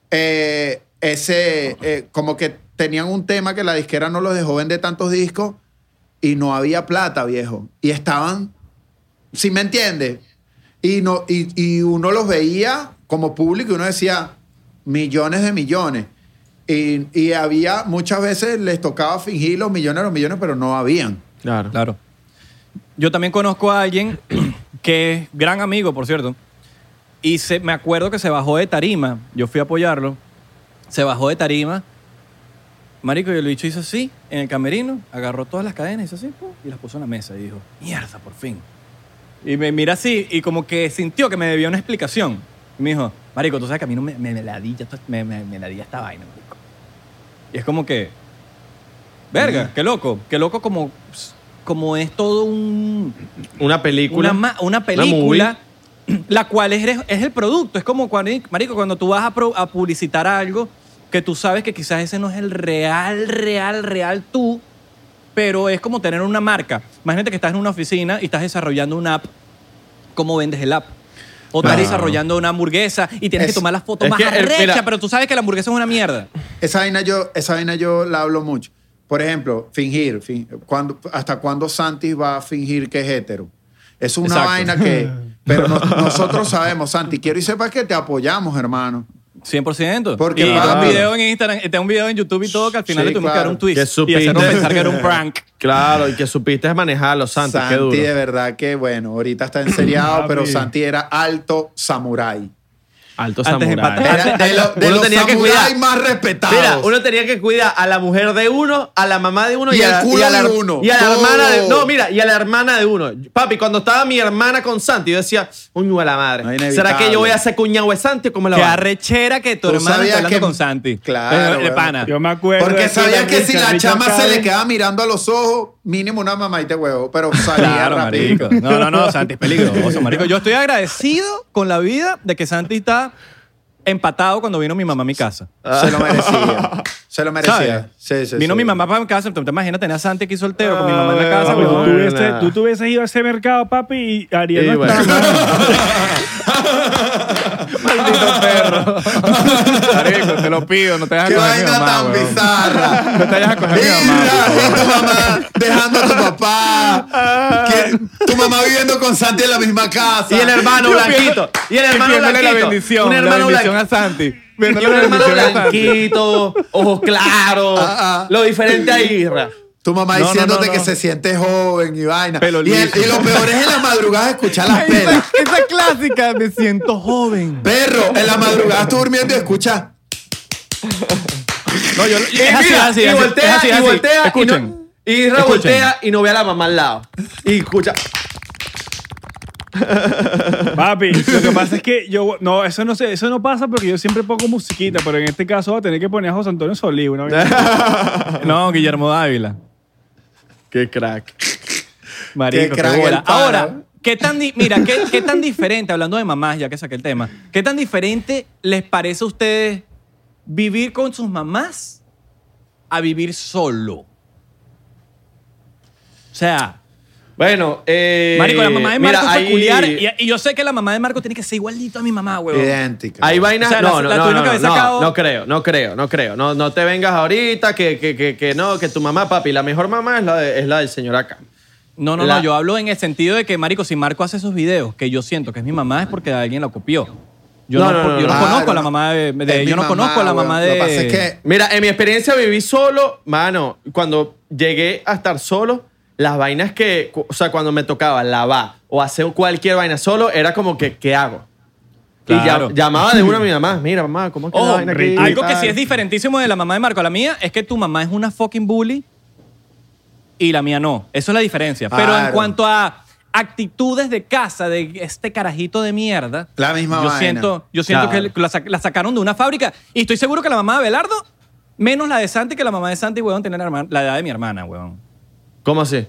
eh, ese eh, como que tenían un tema que la disquera no los dejó vender tantos discos y no había plata, viejo. Y estaban, si me entiendes, y, no, y, y uno los veía como público y uno decía millones de millones. Y, y había, muchas veces les tocaba fingir los millones de los millones, pero no habían. Claro. Claro. Yo también conozco a alguien que es gran amigo, por cierto. Y se, me acuerdo que se bajó de tarima. Yo fui a apoyarlo. Se bajó de tarima. Marico, y el bicho hizo así, en el camerino, agarró todas las cadenas, hizo así, pum, y las puso en la mesa. Y dijo, mierda, por fin. Y me mira así, y como que sintió que me debía una explicación. Y me dijo, marico, tú sabes que a mí no me, me, me ladilla esta- me, me- me ladilla esta vaina, marico. Y es como que, verga, qué loco, qué loco como, como es todo un, Una película. una, ma- una película, movie. la cual es, es el producto. Es como, cuando, marico, cuando tú vas a, pro- a publicitar algo que tú sabes que quizás ese no es el real, real, real tú, pero es como tener una marca. Imagínate que estás en una oficina y estás desarrollando una app. ¿Cómo vendes el app? O estás Claro. desarrollando una hamburguesa y tienes Es- que tomar las fotos es más que el- arrechas, mira- pero tú sabes que la hamburguesa es una mierda. Esa vaina yo, esa vaina yo la hablo mucho. Por ejemplo, fingir. fin- cuando, ¿Hasta cuándo Santi va a fingir que es hétero? Es una Exacto. vaina que... Pero no- nosotros sabemos, Santi. Quiero y sepas que te apoyamos, hermano. 100%. Porque y papi- está un video en Instagram, está un video en YouTube y todo que al final Sí, le tuvimos que claro. dar un twist Que y supiste. hacernos pensar que era un prank. Claro, y que supiste manejarlo, Santi, qué duro. Santi, de verdad que, bueno, ahorita está enseriado, pero Papi. Santi era alto samurái. Alto Antes de samurái. empatar. Era de, lo- de Uno los tenía que samuráis cuidar. más respetados. Mira, uno tenía que cuidar a la mujer de uno, a la mamá de uno Y a el la- culo a la, de uno. Y a la Todo. hermana de No, mira, y a la hermana de uno. Papi, cuando estaba mi hermana con Santi, yo decía, uño a la madre. No, inevitable. ¿Será que yo voy a ser cuñado de Santi o cómo la Qué va? arrechera que tu Tú hermana sabías está hablando que- con Santi. Claro, Eh, De weón. pana. Yo me acuerdo. de Porque eso sabía también, que si la Carlitos chama se Chávez. le quedaba mirando a los ojos, mínimo una mamá y te huevo, pero salía Claro, rapidito. marico. No, no, no, Santi es peligroso, marico. Yo estoy agradecido con la vida de que Santi está empatado cuando vino mi mamá a mi casa. Se lo merecía. Se lo ¿Sabes? merecía. Sí, sí, vino sí. mi mamá para mi casa, entonces imagínate tener a Santi aquí soltero con mi mamá en la Ah, casa. Papi, weón. tú, Buena. hubieses- tú te hubieses ido a ese mercado, papi, y Ariel Y no bueno. estaba. Maldito perro. Marico, te lo pido, no te dejes ¡Qué vaina tan bizarra! No te vayas a coger a mi mamá, Mira, y tu mamá dejando a tu papá. que- tu mamá viviendo con Santi en la misma casa. Y el hermano blanquito. Y el hermano Pidiéndole blanquito. la bendición, un hermano la bendición blanquito. a Santi. Y un Pidiéndole la hermano bendición a Santi. blanquito, ojos claros, Ah, ah. lo diferente a Isra. Tu mamá No, no, diciéndote no, que no. se siente joven y vaina. Pelo y, el- liso. y lo peor es en la madrugada escuchar las pelas. Esa, esa clásica, me siento joven. Perro, en la madrugada tú durmiendo y escuchas. No, yo, Y mira, y voltea, y voltea, y no- Escuchen. y Isra Escuchen. voltea y no ve a la mamá al lado. Y escucha. Papi, lo que pasa es que yo. No, eso no, sé, eso no pasa porque yo siempre pongo musiquita, pero en este caso voy a tener que poner a José Antonio Solí. Una vez. No, Guillermo Dávila. Qué crack. Marico, Qué qué, crack bola. el pana. Ahora, ¿qué tan di- mira, qué, qué tan diferente, hablando de mamás, ya que saqué el tema, qué tan diferente les parece a ustedes vivir con sus mamás a vivir solo? O sea, Bueno, eh. marico, la mamá de mira, Marco fue ahí- culiar y, y yo sé que la mamá de Marco tiene que ser igualito a mi mamá, weón. Idéntica. Hay vainas. O sea, la- no, no, la no, tuvieron no, que haber no, sacado- no creo, no creo, no creo. No, no te vengas ahorita que, que, que, que no, que tu mamá, papi, la mejor mamá es la, de- es la del señor acá. No, no, La- no, yo hablo en el sentido de que, marico, si Marco hace esos videos que yo siento que es mi mamá es porque alguien la copió. Yo no, No, no, no, yo no no. conozco a la Claro. mamá de... de- Es mi yo no mamá, conozco a la weón. mamá Lo de... que pasa es que Mira, en mi experiencia viví solo, mano, cuando llegué a estar solo, las vainas que, cu- o sea, cuando me tocaba lavar o hacer cualquier vaina solo, era como que, ¿qué hago? Claro. Y llam- llamaba de una a mi mamá, mira, mamá, ¿cómo es que la Ojo, vaina aquí? algo que Tal. sí es diferentísimo de la mamá de Marco a la mía es que tu mamá es una fucking bully y la mía no. Eso es la diferencia. Pero en Claro. cuanto a actitudes de casa de este carajito de mierda, La misma yo vaina. siento, yo siento Claro. que la, sac- la sacaron de una fábrica y estoy seguro que la mamá de Belardo, menos la de Santi, que la mamá de Santi, weón, tiene la, herma- la edad de mi hermana, weón. ¿Cómo así?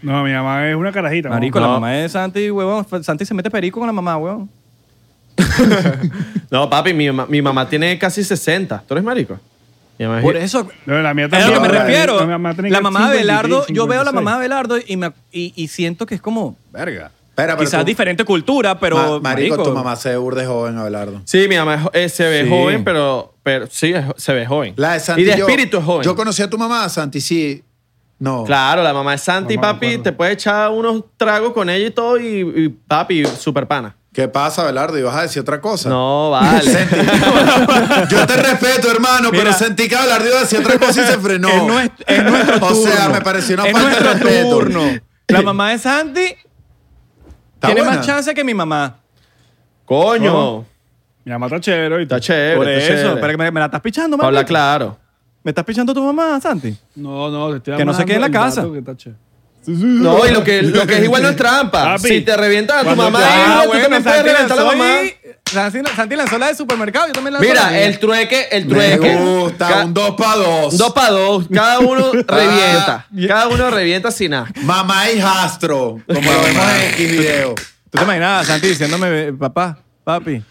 No, mi mamá es una carajita. ¿no? Marico, la no. mamá de Santi, weón, Santi se mete perico con la mamá, weón. No, papi, mi, ma- mi mamá tiene casi 60. ¿Tú eres marico? Mi mamá es- Por eso No, la mía Es a también. lo que me Ahora, refiero. Mi mamá tiene La que mamá de 56, Belardo, yo veo a la 56. mamá de Belardo y, me- y, y siento que es como, verga. Espera, pero Quizás tú- diferente cultura, pero. Ma- marico, tu mamá se urde joven, Abelardo. Sí, mi mamá es jo- eh, se ve Sí. joven, pero, pero sí, es jo- se ve joven. La de Santi. y de yo- espíritu es joven. Yo conocí a tu mamá, Santi, sí. No. Claro, la mamá de Santi, Mamá, me papi, acuerdo. te puede echar unos tragos con ella y todo, y, y papi, super pana. ¿Qué pasa, Abelardo? ¿Y vas a decir otra cosa? No, vale. Sentí- Yo te respeto, hermano, Mira. pero sentí que Abelardo iba a decir otra cosa y se frenó. Es nues- es nuestro O sea, turno. me pareció una es falta de nuestro respeto. turno. La mamá de Santi ¿Está tiene buena? más chance que mi mamá. Coño. ¿Cómo? Mi mamá está chévere. Está chévere. Por está eso, chévere. pero que me, me la estás pichando, mamá. Habla claro. ¿Me estás pichando tu mamá, Santi? No, no, te estoy Que no se hablando quede en la del casa. dato que está chévere. No, y lo que, lo que es igual no es trampa. Papi. si te revientan a tu Cuando mamá, te- Ah, tú también puedes Santi reventar a la lanzó mamá. ahí- Santi, Santi lanzó la del supermercado, yo también lanzó la Mira, mía. el trueque, el Me trueque. gusta, Ca- un Ah. 2 para 2. Dos para dos. Cada uno revienta. Cada uno revienta sin nada. Mamá y Astro, como lo vemos en X video. ¿Tú te imaginas, Santi, diciéndome, papá, papi?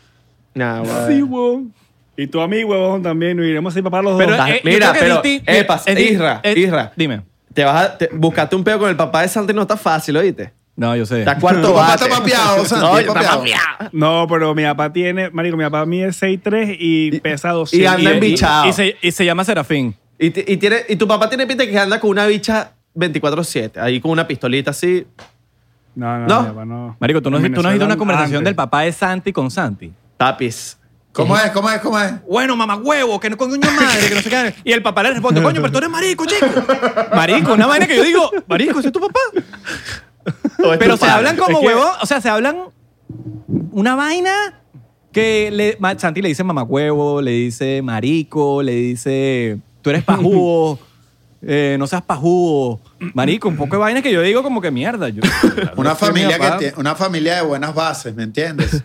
Nah, guau. Sí, huevón. Y tú a mí, huevón, también. Nos iremos así papá los dos. Pero- eh, yo mira, creo que pero, Disney- eh, pas- eh, Disney- Isra, eh, Isra. Dime. Te vas a. te- buscarte un peo con el papá de Santi no está fácil, oíste. No, yo sé. Está cuarto Tu papá está bate. papeado, Santi, No, está está papeado. papeado. No, pero mi papá tiene, marico, mi papá mide 6'3 y pesa 200. Y anda Y- y- embichado. Y, se, y se llama Serafín. Y, ti- y tiene, y tu papá tiene pinta que anda con una bicha 24-7, ahí con una pistolita así. No, no, Ah, ¿No? mi papá no. Marico, tú no, En tú no has Venezuela ido a una conversación antes. del papá de Santi con Santi. Tapis. ¿Cómo es? ¿Cómo es? ¿Cómo es? Bueno, mamá huevo, que no coño madre, que no sé qué. Y el papá le responde, coño, pero tú eres marico, chico. Marico, una vaina que yo digo, marico, ese es tu papá. Pero se hablan como Es que- huevón, o sea, se hablan una vaina que le, ma- Santi le dice mamá huevo, le dice marico, le dice tú eres pajugo, eh, no seas pajugo. Marico, un poco de vaina que yo digo como que mierda. Yo, Una Yo soy mi familia, que papá. tie- una familia de buenas bases, ¿me entiendes?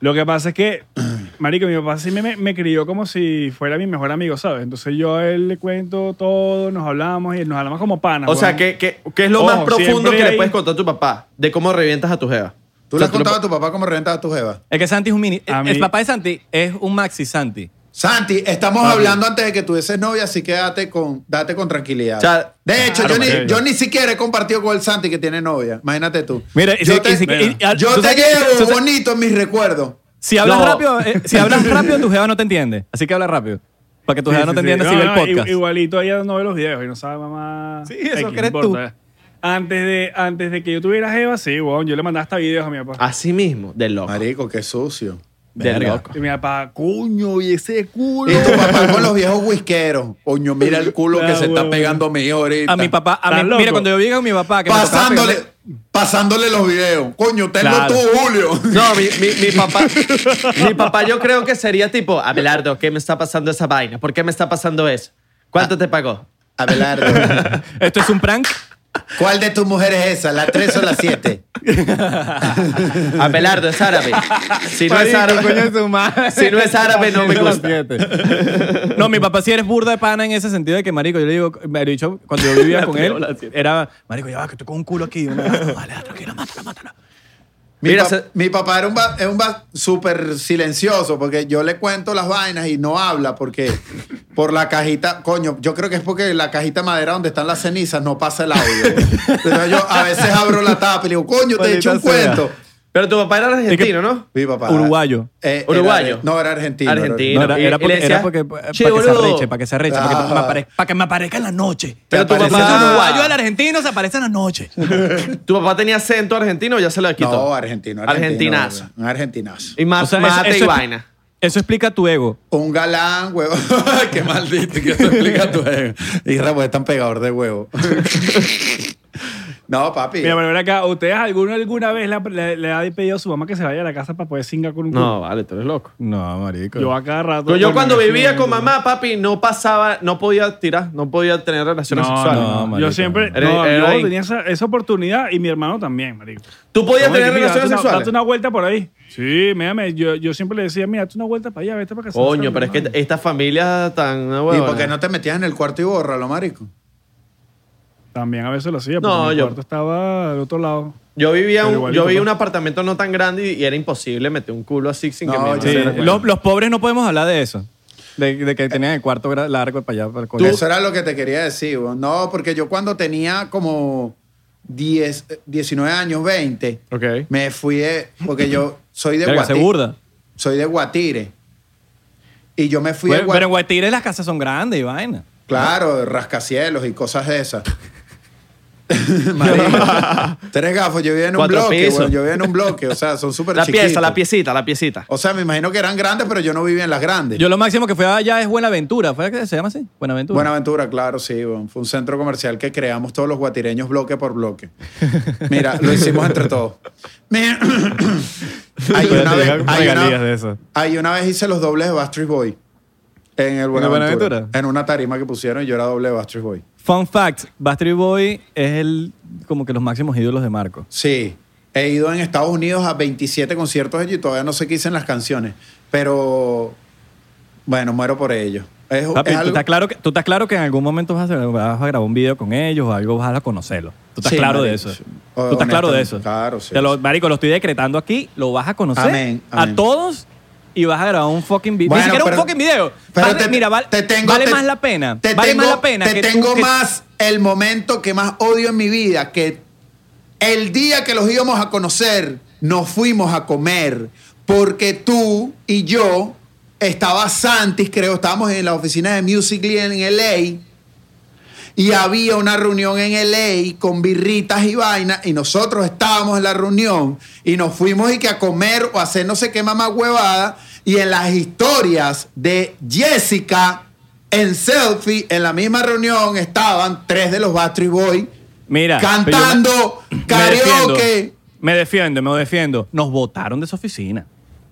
Lo que pasa es que, marico, mi papá sí me- me, me crió como si fuera mi mejor amigo, ¿sabes? Entonces yo a él le cuento todo, nos hablamos y nos hablamos como panas. O sea, huevón. ¿qué, qué, qué es lo Ojo, más profundo siempre que le hay- puedes contar a tu papá? De cómo revientas a tu jeva. ¿Tú O le sea, has contado a tu papá cómo reventaba a tu jeva? Es que Santi es un mini. A el- mí- el papá de Santi es un maxi Santi. Santi, estamos hablando antes de que tuvieses novia, así que date con, date con tranquilidad. O sea, de hecho, claro, yo, marico. ni, yo ni siquiera he compartido con el Santi que tiene novia. Imagínate tú. Mira, y yo si- te, y si- y- y- yo tú te sabes que- llevo tú sabes- bonito en mis recuerdos. Si hablas No. rápido, eh, si hablas rápido, tu jeva no te entiende. Así que habla rápido. Para que tu Sí, jeva no sí, te sí. entienda si ve el no, i- podcast. Igualito ella no ve los videos y no sabe mamá. Sí, eso no crees tú. importa. Antes de, antes de que yo tuviera Jeva, sí, huevón, yo le mandaba hasta videos a mi papá. Así mismo, del loco. Marico, qué sucio. Del Verga. loco. Y mi papá, coño, y ese culo. Y tu papá con los viejos whiskeros. Coño, mira el culo que Ah, se está huevo. pegando mi ahorita. A mi papá, a ¿Estás mi- loco? mira, cuando yo llegué a mi papá, que me tocaba Pasándole, pegarle- pasándole los videos. Coño, tenlo Claro. tú, Julio. No, mi, mi- mi papá. mi papá, yo creo que sería tipo, Abelardo, ¿qué me está pasando esa vaina? ¿Por qué me está pasando eso? Ah. ¿Cuánto te pagó? Abelardo, Esto es un prank. ¿cuál de tus mujeres es esa? ¿La 3 o la 7? Abelardo, es árabe. Si no es Marico, coño árabe. de su madre. Si no es árabe, no me Haciendo las gusta. siete. No, mi papá sí eres burda de pana en ese sentido de que, marico, yo le digo, me he dicho, cuando yo vivía con él, era, marico, ya va, que estoy con un culo aquí. Una- Vale, tranquila, mátala, mátala. Mi, Mira, pa- se- mi papá era un va- es un va- súper silencioso porque yo le cuento las vainas y no habla porque por la cajita, coño, yo creo que es porque la cajita de madera donde están las cenizas no pasa el audio. Entonces yo a veces abro la tapa y le digo, coño, te he hecho un Maldita sea. cuento. Pero tu papá era argentino, ¿no? Mi papá. Uruguayo. eh, era Uruguayo. de- no, era argentino. era Argentino. No, argentino. era, y- era y le porque, era decía, porque- para "Che, que se boludo". arreche, para que se arreche, para, que Ah. me apare- para que me aparezca en la noche. Pero tu aparece Aparece en el papá. uruguayo al argentino se aparece en la noche. ¿Tu papá tenía acento argentino o ya se lo quitó? No, argentino. argentino, Argentinazo. Un argentinazo. Y más, O sea, eso- mate eso y es- vaina. Eso explica tu ego. Un galán, huevo. Qué maldito, que eso explica tu ego. Y Ramos es tan pegador de huevo. no, papi. Mira, pero ven acá, ¿ustedes alguno alguna vez la- le, le ha pedido a su mamá que se vaya a la casa para poder singar con un culo? No, vale, tú eres loco. No, marico. Yo a cada rato. Pero yo bueno, cuando en ese vivía con momento, mamá, papi, no pasaba, no podía tirar, no podía tener relaciones No, sexuales. no, No, yo marico, siempre. no. Era- no, era yo in- tenía esa, esa oportunidad y mi hermano también, marico. ¿Tú podías Vamos, tener que mira, relaciones date una- sexuales? Date una vuelta por ahí. Sí, mírame, yo, yo siempre le decía, mira, date una vuelta para allá, vete para casa. Coño, pero es que estas familias tan... No, ¿Y huevona. por qué no te metías en el cuarto y borra, lo marico? También a veces lo hacía, No, pero mi yo- cuarto estaba al otro lado. Yo vivía, Pero un, igualito, yo vivía un pues. apartamento no tan grande y, y era imposible meter un culo así sin que No, me yo Sí, sé. hicieran bueno. los, los pobres no podemos hablar de eso. De, de que tenían el cuarto gra- largo para allá. Para el colegio. Eso era lo que te quería decir. weón. No, porque yo cuando tenía como 10, eh, 19 años, 20, Ok. me fui de- Porque yo soy de Verga, se Guatire. burda. Soy de Guatire. Y yo me fui de Pero, pero Guatire. en Guatire las casas son grandes y vaina. Claro, de rascacielos y cosas de esas. Marico, Tres gafos, yo vivía en un Cuatro bloque, pisos. weón, yo vivía en un bloque, o sea, son súper La chiquitos. pieza, la piecita, la piecita. O sea, me imagino que eran grandes, pero yo no vivía en las grandes. Yo lo máximo que fui allá es Buenaventura. ¿Fue que se llama así? Buenaventura. Buenaventura, claro, sí. weón. Fue un centro comercial que creamos todos los guatireños bloque por bloque. Mira, lo hicimos entre todos. Mira, hay, una vez, hay, regalías de una, eso. hay una vez hice los dobles de Backstreet Boy en el Buenaventura. Buenaventura? En una tarima que pusieron y yo era doble de Backstreet Boy. Fun fact, Bastard Boy es el, como que los máximos ídolos de Marco. Sí. He ido en Estados Unidos a 27 conciertos y todavía no sé qué dicen las canciones. Pero, bueno, muero por ello. Es, Papi, Oh, es tú, algo- estás claro que, tú estás claro que en algún momento vas a, vas a grabar un video con ellos o algo, vas a conocerlos. Tú estás Sí, claro de marico, eso. sí. Tú estás claro de eso. Honestamente, claro, sí, Te lo- sí. marico, lo estoy decretando aquí, lo vas a conocer Amén, amén. a todos y vas a grabar un fucking video. Bueno, Ni siquiera pero- un fucking video. pero Vale- te- mira, val- te tengo- vale te- más la pena. Te vale tengo, más la pena. Te que tú tengo que- más el momento que más odio en mi vida, que el día que los íbamos a conocer, nos fuimos a comer, porque tú y yo, estaba Santis, creo, estábamos en la oficina de Musical.ly en LA, y había una reunión en LA con birritas y vainas y nosotros estábamos en la reunión y nos fuimos y que a comer o a hacer no sé qué mamá huevada y en las historias de Jessica en selfie en la misma reunión estaban tres de los Backstreet Boys Mira, pero yo me- cantando karaoke Me defiendo, me defiendo. Nos votaron de esa oficina.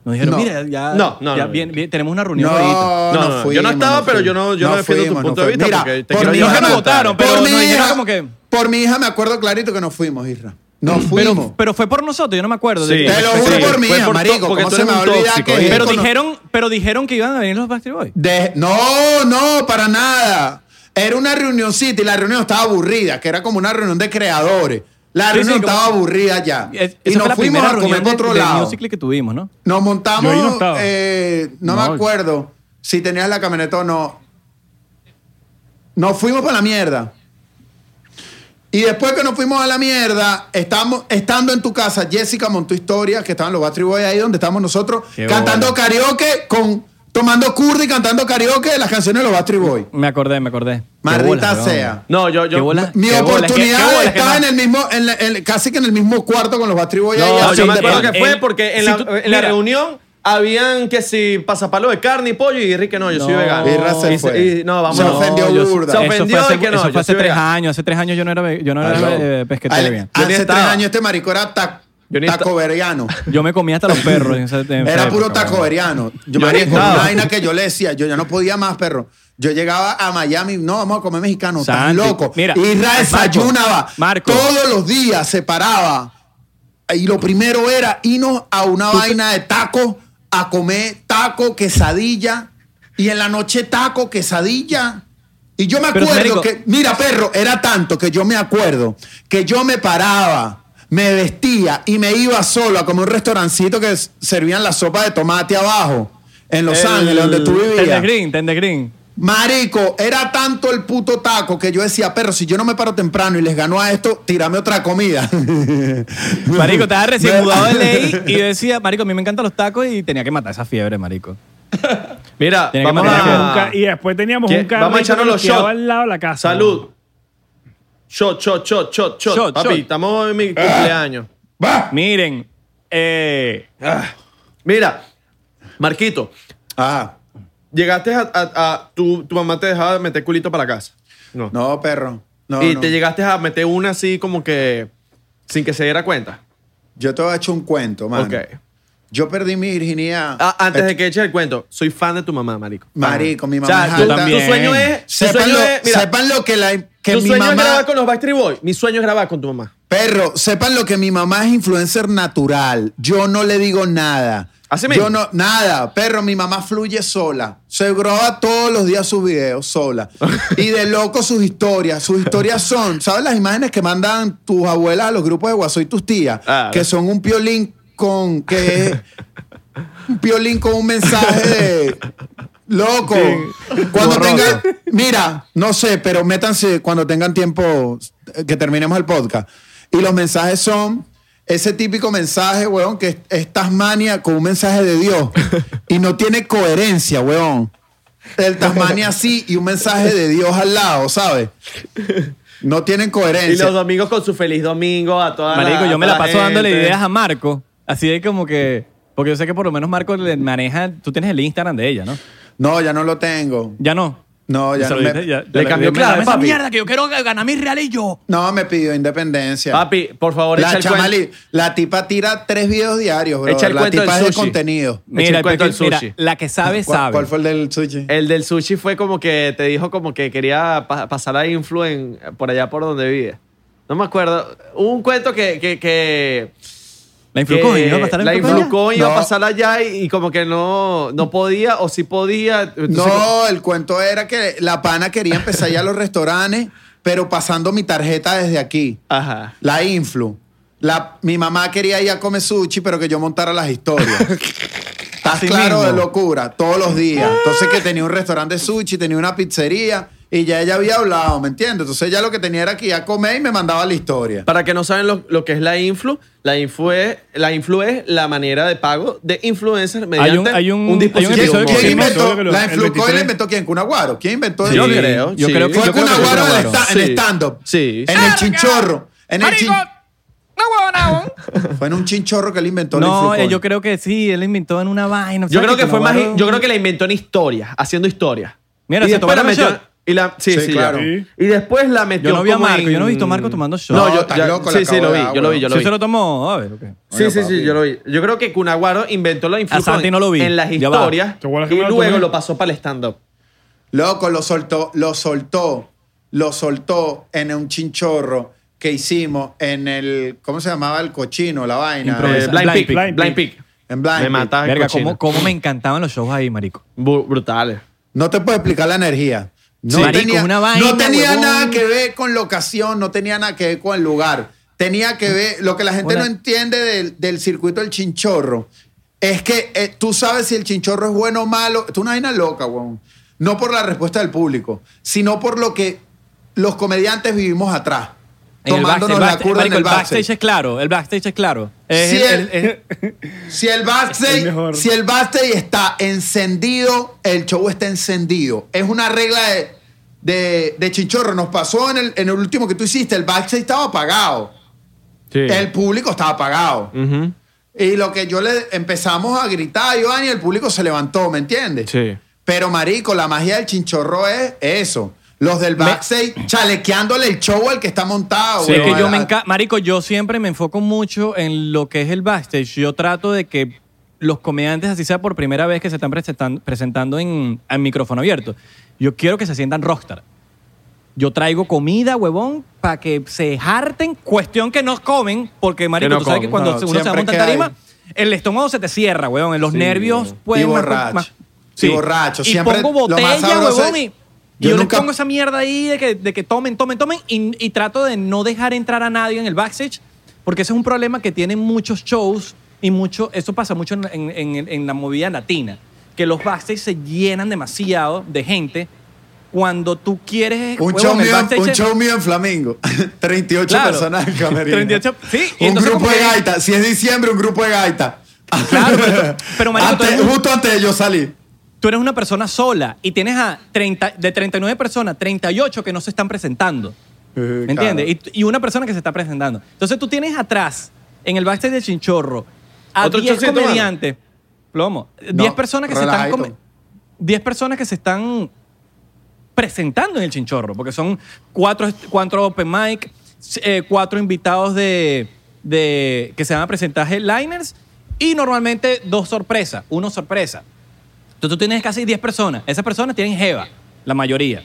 Nos dijeron, No. mira, ya, No, no, ya no. bien- bien, tenemos una reunión no, ahorita. No, no, yo no estaba, pero yo no- yo no defiendo tu punto de vista porque te quiero mi llevar hija a me- votaron, por pero mi nos dijeron hija- como que- Por mi hija me acuerdo clarito que nos fuimos, Isra. Nos fuimos. Pero, pero fue por nosotros, yo no me acuerdo. Sí. de- Te lo juro Sí, por mi fue hija, por to- marico. porque ¿Cómo tú se me eres va a un olvidar tóxico, que ¿eh? Pero cono- dijeron, pero dijeron que iban a venir los Backstreet Boys. de- No, no, para nada. Era una reunioncita y la reunión estaba aburrida, que era como una reunión de creadores. La Sí, reunión sí, como- estaba aburrida ya. Es- y esa fue nos la fuimos primera a comer reunión para de- otro de lado. Musical.ly que tuvimos, ¿no? Nos Yo montamos, ahí no eh, no, estaba. me No. acuerdo si tenías la camioneta o no. Nos fuimos para la mierda. Y después que nos fuimos a la mierda, estamos, estando en tu casa, Jessica montó historias que estaban los Battery Boys ahí donde estamos nosotros, Qué cantando bola. karaoke, con, tomando curry, cantando karaoke de las canciones de los Battery Boys. Me acordé, me acordé. Qué Maldita bolas, weón. sea. No, yo, yo. Qué bola. Mi Qué bola, es que- qué oportunidad bola, es que estaba no- en el mismo, en la- en- casi que en el mismo cuarto con los Battery Boys ahí. No, sí, yo me de- acuerdo en- que fue en- porque en, si la, tú- en la mira. reunión habían que si pasapalo de carne y pollo y Ricky no, yo soy No. vegano. Y Raza Y se- fue. y- no, vamos. Se ofendió yo- burda. eso Se ofendió fue hace, y que no, eso yo fue hace soy tres vegano. añgo. Hace tres años yo no era, ve- yo no era Aló. eh, pesquetero Ale- bien. Yo ni Hace tres estaba. años este marico era ta- Yo ni tacoberiano. Yo me comía hasta los perros. en esa- en esa Era puro época, weón. tacoberiano. Yo Yo ni marico, estaba. una vaina que yo le decía, yo ya no podía más, perro. Yo llegaba a Miami, no, vamos a comer mexicano, estás Santi, loco. mira, Israel Marco, desayunaba. Marco. Todos los días se paraba. Y lo primero era irnos a una vaina de taco, a comer taco, quesadilla. Y en la noche taco, quesadilla. Y yo me Pero, acuerdo marico, que Mira, perro, era tanto que yo me acuerdo que yo me paraba, me vestía y me iba solo a comer un restaurancito que s- servían la sopa de tomate abajo, en Los El- Ángeles, donde tú Tender vivías. Green, Tender Green. Marico, era tanto el puto taco que yo decía, perro, si yo no me paro temprano y les gano a esto, tírame otra comida. Marico, estaba recién Me- mudado de ley y yo decía, Marico, a mí me encantan los tacos y tenía que matar esa fiebre, Marico. Mira, Tiene que vamos matar Teníamos un a. ca- y después teníamos Ah. ¿Qué? un carro Vamos a echarnos los shots. al lado de la casa. Salud. Shot, shot, shot, shot, shot. Shot, Papi, shot. estamos en mi cumpleaños. Miren, eh, Mira, Marquito, ah, llegaste a. a- a- tu, tu mamá te dejaba meter culito para casa. No. no, perro. No, y no. te llegaste a meter una así como que. sin que se diera cuenta. Yo te voy a echar un cuento, mano. Ok. Yo perdí mi virginidad. Este, Ah, antes de que eches el cuento, soy fan de tu mamá, marico. Marico, mi mamá O sea, es tú- alta. Tu sueño es, tu Sepan sueño lo, es- mira, sepan lo que, la, que tu mi sueño es mamá. grabar con los Backstreet Boys. Mi sueño es grabar con tu mamá. Perro, sepan lo que mi mamá es influencer natural. Yo no le digo nada. Así mismo. Yo no, nada. Perro, mi mamá fluye sola. Se graba todos los días sus videos sola. Y de loco sus historias. Sus historias son, ¿sabes las imágenes que mandan tus abuelas a los grupos de WhatsApp y tus tías? Ah, que no. son un piolín con. que es un piolín con un mensaje de. Loco, cuando tengan, mira, no sé, pero métanse cuando tengan tiempo eh, que terminemos el podcast. Y los mensajes son ese típico mensaje, weón, que es- es Tasmania con un mensaje de Dios y no tiene coherencia, weón. El Tasmania así y un mensaje de Dios al lado, ¿sabes? No tienen Y coherencia. los domingos con su feliz domingo a toda Marico, a yo me toda la paso dándole gente. ideas a Marco. Así de como que. Porque yo sé que por lo menos Marco le maneja. Tú tienes el Instagram de ella, ¿no? No, ya no lo tengo. Ya no. No, ya Se no lo dije, me, ya- ya le cambió dije, clave, "Mira, esa papi". mierda que yo quiero ganar mis reales yo. no, me pidió independencia. Ah, Papi, por favor, echa la el chama cuento. li- la tipa tira tres videos diarios, bro. Echa el la cuento tipa del es de sushi. contenido. Me eché el Mira, el cuento perfil- del mira, sushi. la que sabe, ¿Cuál, sabe. cuál fue el del sushi? El del sushi fue como que te dijo como que quería pa- pasar a Influ en- por allá por donde vivía. No me acuerdo. Hubo un cuento que... que, que La influcó que y iba a pasar en Eh, la Influcoin. Influcoin iba a No. pasar allá y, y como que no, no podía o sí podía. Entonces, No, el cuento era que la pana quería empezar ya a los restaurantes, pero pasando mi tarjeta desde aquí. Ajá. La influ. La, mi mamá quería ir a comer sushi, pero que yo montara las historias. Estás Así claro mismo. de locura, todos los días. Entonces que tenía un restaurante de sushi, tenía una pizzería y ya ella había hablado, ¿me entiendes? Entonces ella lo que tenía era que ir a comer y me mandaba la historia. Para que no saben lo, lo que es la influ, la influ es la, influ es la manera de pago de influencers mediante un- hay un- hay un dispositivo. ¿Quién, episodio móvil. quién sí, inventó? creo que lo- La el influcoin 23. la inventó quién? Cunaguaro. ¿Quién inventó Sí. eso? Yo Sí. creo. Yo Yo creo creo que- Fue yo creo que fue Cunaguaro en el Naguaro. esta- en Sí. stand-up. Sí. En el chinchorro. En el chin- Fue en un chinchorro que él inventó la No, influcoin. eh, yo creo que sí, él inventó en una vaina. Yo ¿sabes creo que fue más. Navarro- Yo creo que la inventó en historias, haciendo historias. Mira, Y se después la tomaron un metió- shot. Y la, sí, Sí, sí, claro. ya. Sí. Y después la metió. Yo no vi a como Marco, en- yo no he visto a Marco tomando shot. No, yo, estás ya- loco, sí, la sí, lo acabo vi, de yo lo vi, dar, yo lo Sí vi. se lo tomó. A ver, ok. Sí, Coño, sí, sí, papi. yo lo vi. Yo creo que Cunaguaro inventó la influencia Santi no lo vi. en las Ya va. historias Qué bueno que y me lo luego tomé. lo pasó para el stand-up. Loco, lo soltó, lo soltó, lo soltó en un chinchorro que hicimos en el, ¿cómo se llamaba? El cochino, la vaina. Improvisa- Eh, Eh, Blind Blind Pig. Pig. Blind Blind Pig. en blanco. Me mataba el Verga, cochino. cómo, cómo me encantaban los shows ahí, marico. Bu- Brutales. No te puedo explicar la energía. No Sí. Marico, una vaina, no tenía huevón. nada que ver con locación, no tenía nada que ver con el lugar. Tenía que ver, lo que la gente Una- no entiende del, del circuito del chinchorro es que eh, tú sabes si el chinchorro es bueno o malo. Esto es una vaina loca, weón. No por la respuesta del público, sino por lo que los comediantes vivimos atrás. En el backstage, tomándonos la backstage, curva marico, en el el backstage backstage. es claro, el backstage es claro. Es- Si es- el, es- si el Es backstage, mejor. si el backstage está encendido, el show está encendido. Es una regla de, de, de chinchorro. Nos pasó en el, en el último que tú hiciste, el backstage estaba apagado. El público estaba apagado. Mm. Ujú. Y lo que yo le empezamos a gritar a Iván y el público se levantó, ¿me entiendes? Sí. Pero marico, la magia del chinchorro es eso. Los del backstage chalequeándole el show al que está montado. Sí, es weón. que yo me A- enca- Marico, yo siempre me enfoco mucho en lo que es el backstage. Yo trato de que los comediantes, así sea por primera vez que se están presentan- presentando en, en micrófono abierto, yo quiero que se sientan rockstar. Yo traigo comida, huevón, para que se harten. Cuestión que no comen, porque, marico, no tú sabes comen. que cuando No, uno se siempre monta en que hay- tarima, el estómago se te cierra, huevón. Los nervios pueden... y más- borracho. más- Y borracho. Y Siempre pongo lo más botella, sabroso huevón, es- y... y yo, Yo les nunca- pongo esa mierda ahí de que, de que tomen, tomen, tomen y, y trato de no dejar entrar a nadie en el backstage porque ese es un problema que tienen muchos shows y mucho, eso pasa mucho en, en- en- en la movida latina, que los backstage se llenan demasiado de gente cuando tú quieres... Un huevón, show, el mío, backstage un es- show mío en Flamingo. 38 Claro. personas en camerino. 38, sí, y un entonces grupo como de que- gaita. Si es diciembre, un grupo de gaita. Claro, pero- pero, marico, Antes- todo el mundo- Justo antes de yo salir. Tú eres una persona sola y tienes a 30, de 39 personas, 38 que no se están presentando. Eh, ¿Me claro. entiendes? Y, y una persona que se está presentando. Entonces tú tienes atrás, en el backstage de Chinchorro, a Otro 10 chocito, comediantes. Plomo. No, 10 personas que se están. relajadito. come- 10 personas que se están presentando en el Chinchorro, porque son cuatro, cuatro open mic, eh, cuatro invitados de, de- que se van a presentar headliners y normalmente dos sorpresas, uno sorpresa. Entonces tú tienes casi 10 personas. Esas personas tienen jeva, la mayoría.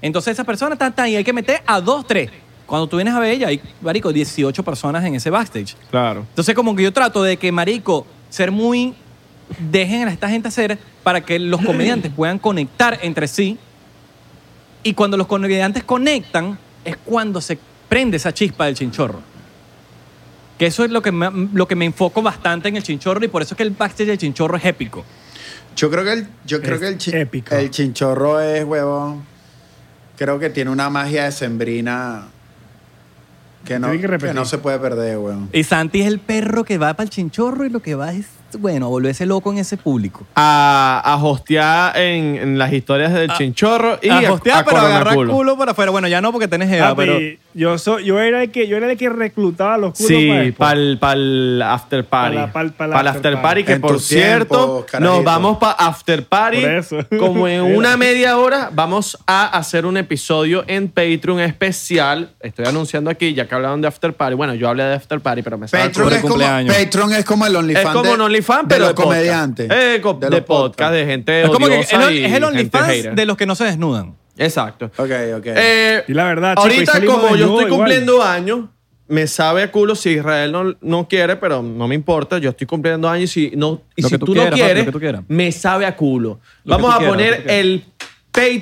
Entonces esas personas están tan y hay que meter a dos, tres. Cuando tú vienes a ver ella, hay, marico, 18 personas en ese backstage. Claro. Entonces como que yo trato de que, marico, ser muy... Dejen a esta gente hacer para que los comediantes puedan conectar entre sí. Y cuando los comediantes conectan, es cuando se prende esa chispa del chinchorro. Que eso es lo que me, lo que me enfoco bastante en el chinchorro y por eso es que el backstage del chinchorro es épico. Yo creo que el, yo creo Es que el, chi- épico. el chinchorro es, huevón. Creo que tiene una magia decembrina que no, Tiene que que repetir. no se puede perder, huevón. Y Santi es el perro que va para el chinchorro y lo que va es bueno, a volverse loco en ese público. A, a hostear en, en las historias del chinchorro y a hostear, pero corona agarrar culo. para afuera. Bueno, ya no porque tenés edad, Papi, pero... yo, soy, yo, era el que, yo era el que reclutaba los culos para Sí, esto. para el after party. Pa'l- pa'l- pa'l Pa'l after, after party, que En por tus tiempos, cierto, carajito. nos vamos para after party. Por eso. Como en Mira. una media hora vamos a hacer un episodio en Patreon especial. Estoy anunciando aquí, ya que hablaron de after party. Bueno, yo hablé de after party, pero me estaba Patreon de es, como, cumpleaños. Patreon es como el OnlyFans. Es como de- un OnlyFans, de pero los de, podcast. comediantes. Eh, co- de, los podcast, de gente Es como que odiosa el- es y el gente OnlyFans hater. de los que no se desnudan. Exacto. Ok, ok. Eh, Y la verdad, chico, y ahorita salimos como yo desnudos estoy igual. cumpliendo años, me sabe a culo si Israel no, no quiere, pero no me importa, yo estoy cumpliendo años y si no y Lo si que tú tú, quieras, no papi, lo quieres, que tú quieras. me sabe a culo. Lo que Vamos a tú quieras, lo que poner tú quieras. el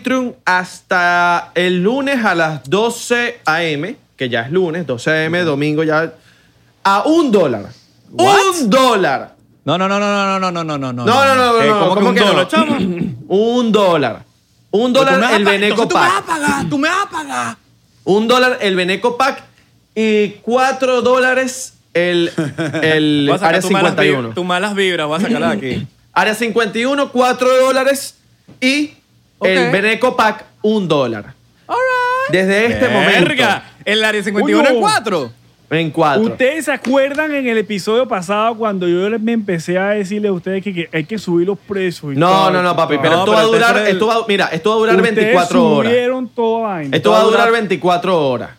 Patreon hasta el lunes a las 12 a.m., que ya es lunes, 12 a.m., domingo ya a un dólar. Un dólar. No, no, no, no, no, no, no, no, no, no. No, no, no, no. Eh, no, ¿cómo que un no? dólar? Chamo. Un dólar. Un Tú me dólar vas a el pa- Beneco entonces Tú me vas Pack. a pagar, tú me vas a pagar. Un dólar el Beneco Pack y cuatro dólares el, el Voy a sacar Área tus malas vib- 51. Tus malas vibras, voy a sacarlas de aquí. Área 51, cuatro dólares y el Ok. Beneco Pack, un dólar. Desde este momento. Verga, el área 51 en Coño. 4. En cuatro. ¿Ustedes se acuerdan en el episodio pasado cuando yo les- me empecé a decirle a ustedes que, que hay que subir los precios? y No, todo, no, no, y papi. todo? Pero No, esto va a pero este durar. era el- Esto va, mira, esto va a durar Ustedes 24 horas. subieron toda vaina. Esto va a durar Toda- 24 horas.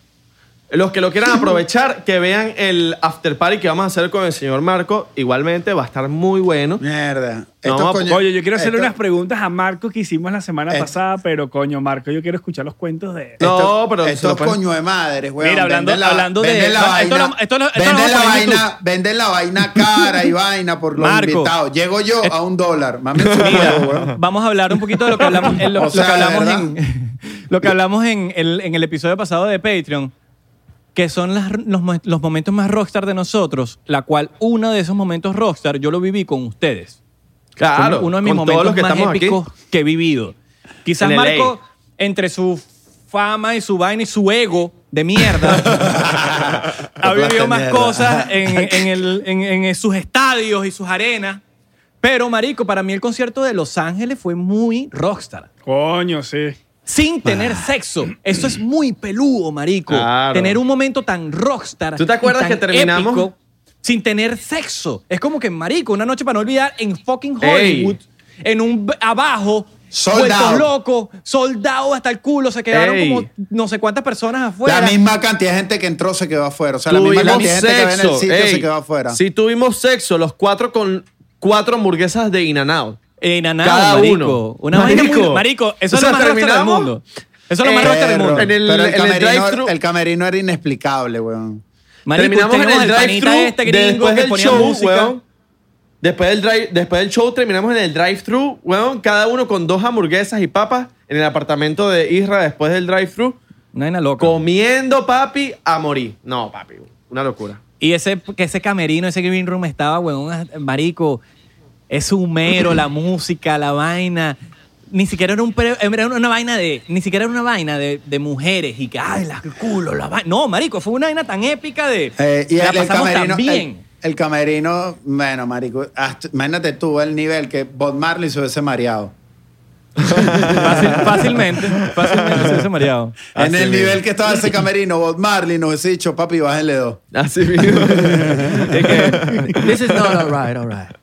Los que lo quieran aprovechar, que vean el after party que vamos a hacer con el señor Marco. Igualmente va a estar muy bueno. Mierda. No, Oye, yo quiero hacerle esto- unas preguntas a Marco que hicimos la semana Esto- pasada, pero coño, Marco, yo quiero escuchar los cuentos de él. No, Estos- pero se Estos lo pueden- coño de madres, güey. Mira, hablando- hablando de- Venden la bueno, esto vaina, lo- esto lo- esto lo venden vamos a la poner en vaina, YouTube. venden la vaina cara y vaina por los Marco. invitados. Llego yo a un dólar. Mami, mira. Vamos a hablar un poquito de lo que hablamos, en lo, O lo sea, que hablamos, ¿verdad? en, lo que hablamos en, el, en el episodio pasado de Patreon, que son las- los, mo- los momentos más rockstar de nosotros, la cual uno de esos momentos rockstar yo lo viví con ustedes. Fue Claro, uno de mis con todos momentos los que más estamos aquí. épicos que he vivido. Quizás En LA. Marco, entre su fama y su vaina y su ego de mierda, ha vivido más Mierda. cosas en, en el- en- en sus estadios y sus arenas. Pero, marico, para mí el concierto de Los Ángeles fue muy rockstar. Coño, sí. Ah. Sin tener sexo. Eso es muy peludo, marico. Claro. Tener un momento tan rockstar. ¿Tú te acuerdas y que tan terminamos? épico sin tener sexo. Es como que, marico, una noche para no olvidar en fucking Ey. Hollywood, en un b- abajo, Soldado. vueltos locos, soldados hasta el culo, se quedaron Ey. como no sé cuántas personas afuera. La misma cantidad de gente que entró se quedó afuera. O sea, la misma Tuvimos cantidad de gente que ve en el sexo. sitio ey. se quedó afuera. Sí, tuvimos sexo, los cuatro con cuatro hamburguesas de In and Out. En Anao, Cada marico. uno. Una Marico. marico. vaina muy- Marico, eso O es sea, lo más rockstar del terminamos mundo. Eso es lo más Eh, en- rockstar del mundo. Pero en el- el, en el drive-thru- camerino, el camerino era inexplicable, weón. Marico, terminamos en tenemos el al panita drive-thru este de gringo después que del ponía show, música. weón. Después del, drive, después del show terminamos en el drive-thru, weón, cada uno con dos hamburguesas y papas en el apartamento de Isra después del drive-thru, Una vaina loca. comiendo papi a morir. No, papi, una locura. Y ese, que ese camerino, ese green room estaba, weón, ah, marico. Es humero, la música, la vaina. Ni siquiera era, un pre- eh, era una vaina de. Ni siquiera era una vaina de, de mujeres y que, ay, las culo, la vaina. No, marico, fue una vaina tan épica de. Eh, y la el, el pasamos camerino. tan bien. El, el camerino, bueno, marico, hasta- imagínate tú el nivel que Bob Marley se hubiese mareado. Fácil- fácilmente. Fácilmente se hubiese mareado. en el nivel que estaba ese camerino, Bob Marley nos hubiese dicho, papi, bájenle dos. Así mismo. Es que, This is not alright, alright.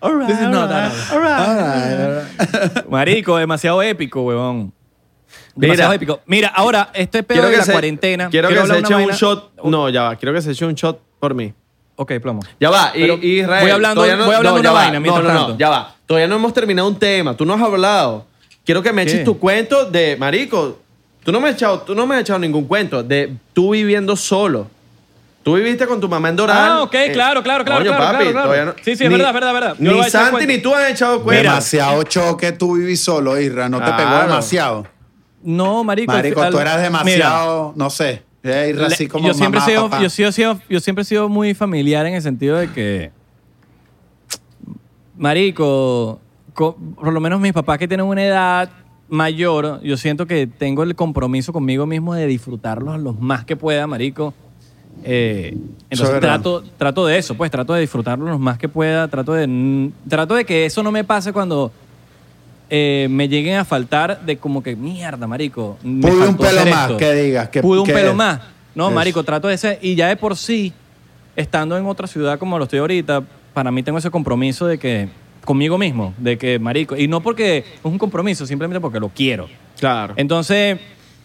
Alright. This is not alright. Marico, demasiado épico, weón. Demasiado Mira. épico. Mira, ahora, este pedo quiero de que la se, cuarentena. Quiero, que hablar se una eche un vaina- shot. No, ya va. Quiero que se eche un shot por mí. Ok, plomo. Ya va, y, Pero y Israel. voy hablando- todavía voy hablando ya una va. vaina mientras no, no, No, tanto. ya va. Todavía no hemos terminado un tema. Tú no has hablado. Quiero que me ¿Qué? eches tu cuento de, marico, tú no me has echado, tú no me has echado ningún cuento de tú viviendo solo. Tú viviste con tu mamá en Doral. Eh, Ah, ok, claro, claro, claro, Coño, claro, papi, claro, claro. todavía no- Sí, sí, es ni- verdad, verdad, verdad. Yo lo Ni voy a echar Santi cuento. ni tú has echado cuento. Demasiado choque tú vivís solo, Isra. No te pegó Claro. demasiado. No, marico. Marico, al- tú eras Mira, demasiado, no sé. Era Isra le- así como yo siempre he mamá, sido, papá. yo, he sido- sido- yo siempre he sido muy familiar en el sentido de que, marico, co- por lo menos mis papás que tienen una edad mayor, yo siento que tengo el compromiso conmigo mismo de disfrutarlos los más que pueda, marico. Eh, Eso es entonces verdad. trato, trato de eso, pues trato de disfrutarlo lo más que pueda, trato de, n- trato de que eso no me pase cuando eh, me lleguen a faltar de como que, mierda, marico. me Pude un faltó pelo hacer más, esto". que digas, que- Pude un que- pelo más. No, Eso. marico, trato de ser, y ya de por sí, estando en otra ciudad como lo estoy ahorita, para mí tengo ese compromiso de que, conmigo mismo, de que, marico, y no porque es un compromiso, simplemente porque lo quiero. Claro. Entonces,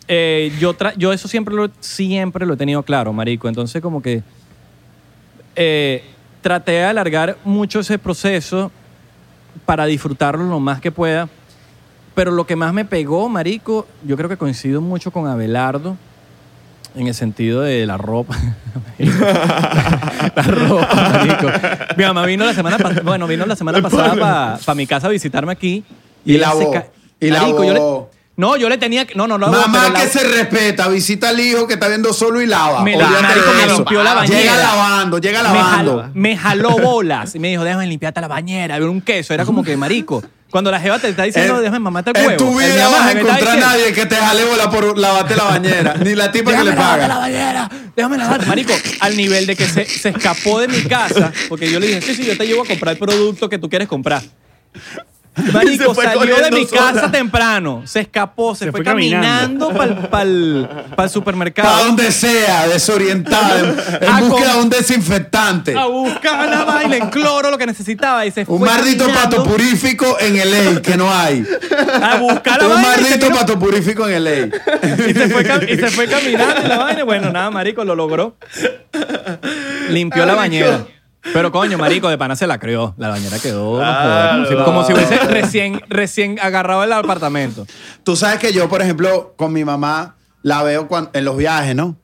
eh, yo, tra- yo eso siempre lo, siempre lo he tenido claro, marico. Entonces, como que eh, traté de alargar mucho ese proceso para disfrutarlo lo más que pueda. Pero lo que más me pegó, marico, yo creo que coincido mucho con Abelardo en el sentido de la ropa. la ropa, marico. Mi mamá vino la semana pasada, bueno, vino la semana pasada para mi casa a visitarme aquí. Y ella lavó, se ca- y Marico, yo le- lavó. no, yo le tenía que. No, no, no. Mamá pero la- que se respeta, visita al hijo que está viendo solo y lava. Me la- Olvídate marico, de me eso. rompió la Llega bañera. lavando, llega me jaló- lavando. Me jaló bolas. Y me dijo, déjame limpiarte la bañera. Era un queso. Era como que, marico. Cuando la jeva te está diciendo, déjame mamarte el huevo. en tu mi vida mamá vas a me está encontrar a diciendo, nadie que te jale bola por lavarte la bañera. ni la tipa que Déjame le lavarte la paga. bañera. Déjame lavarte. Marico, al nivel de que se, se escapó de mi casa. Porque yo le dije, sí, sí, yo te llevo a comprar el producto que tú quieres comprar. Marico, Se fue salió de corriendo mi sola. casa temprano. Se escapó. Se, Se fue, fue caminando, caminando. para el supermercado. Para donde sea, desorientada, en, en Ah, búsqueda con- de un desinfectante. a buscar la vaina en cloro, lo que necesitaba. Y se Un fue maldito caminando pato purífico en LA que no hay. A buscar la Un vaina. Y se, maldito vino- pato purífico en LA. y se fue, cam- y se fue caminando la vaina. Bueno, nada, marico, lo logró. Limpió la bañera. Pero coño, marico, de pana se la creó. La bañera quedó no joder, como, si, Claro. como si hubiese recién, recién agarrado el apartamento. Tú sabes que yo, por ejemplo, con mi mamá la veo cuan- en los viajes, ¿no?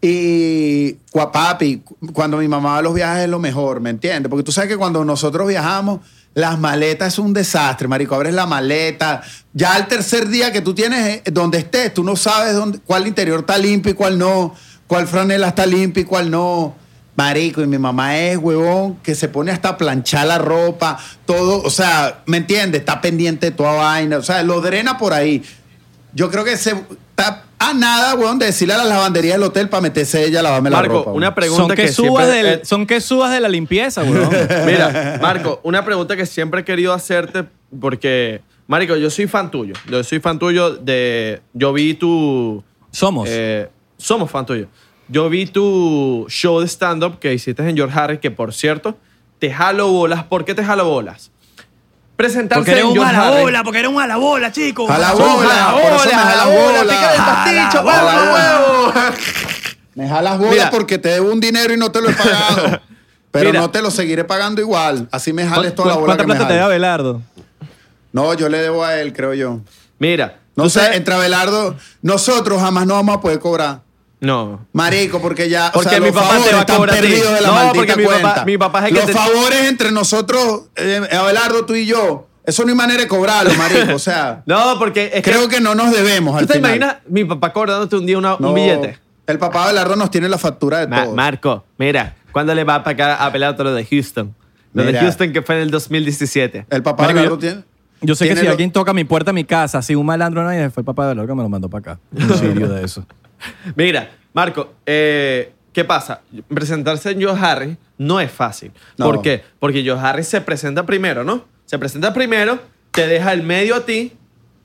Y cua- papi, cu- cuando mi mamá va a los viajes es lo mejor, ¿me entiendes? Porque tú sabes que cuando nosotros viajamos, las maletas es un desastre, marico. Abres la maleta. Ya al tercer día que tú tienes, eh, donde estés, tú no sabes dónde, cuál interior está limpio y cuál no, cuál franela está limpio y cuál no. Marico, y mi mamá es huevón que se pone hasta a planchar la ropa, todo, o sea, ¿me entiendes? Está pendiente de toda vaina, o sea, lo drena por ahí. Yo creo que se está a nada, weón, de decirle a la lavandería del hotel para meterse ella a lavarme la Marco, ropa. weón. una pregunta Son que, que subas siempre- del- eh, son que subas de la limpieza, weón. Mira, Marco, una pregunta que siempre he querido hacerte porque, Marico, yo soy fan tuyo. Yo soy fan tuyo de... Yo vi tu... Somos. eh, somos fan tuyo. Yo vi tu show de stand-up que hiciste en George Harris, que por cierto, te jalo bolas. ¿Por qué te jalo bolas? Presentarse porque eres en un George Harris. jalabola, porque eres un jalabola, chico. A la Son bola, por eso me jalabolas, jala jalabolas, bola. pica del pasticho, Jala huevo, bola. huevo. Me jalas bolas Mira. porque te debo un dinero y no te lo he pagado. Pero Mira. no te lo seguiré pagando igual. Así me jales toda la bola ¿Cuánta que me plata te da jales. Belardo? No, yo le debo a él, creo yo. Mira, No tú sé, sabes- entre Abelardo, nosotros jamás no vamos a poder cobrar. No, Marico, porque ya. Porque o sea, mi los papá favores te va a están cobrar a ti. perdidos de la No, maldita porque mi papá- cuenta. mi papá es el que Los te- favores entre nosotros, eh, Abelardo, tú y yo, eso no hay manera de cobrarlo, marico. O sea, no, porque es creo que no nos debemos al ¿Tú te final. imaginas mi papá cobrándote un día una- No, un billete? El papá de Abelardo nos tiene la factura de Ma- todo. Marco, mira, ¿cuándo le va a pagar a pelarte lo de Houston? Lo Mira. de Houston que fue en el 2017. el papá Marico, de Abelardo yo- tiene. Yo sé que tiene si lo- alguien toca mi puerta a mi casa, si un malandro no hay, fue el papá de Belardo que me lo mandó para acá. Un sirio de eso. Mira, Marco, eh, ¿qué pasa? Presentarse en Joe Harris no es fácil. No. ¿Por qué? Porque Joe Harris se presenta primero, ¿no? Se presenta primero, te deja el medio a ti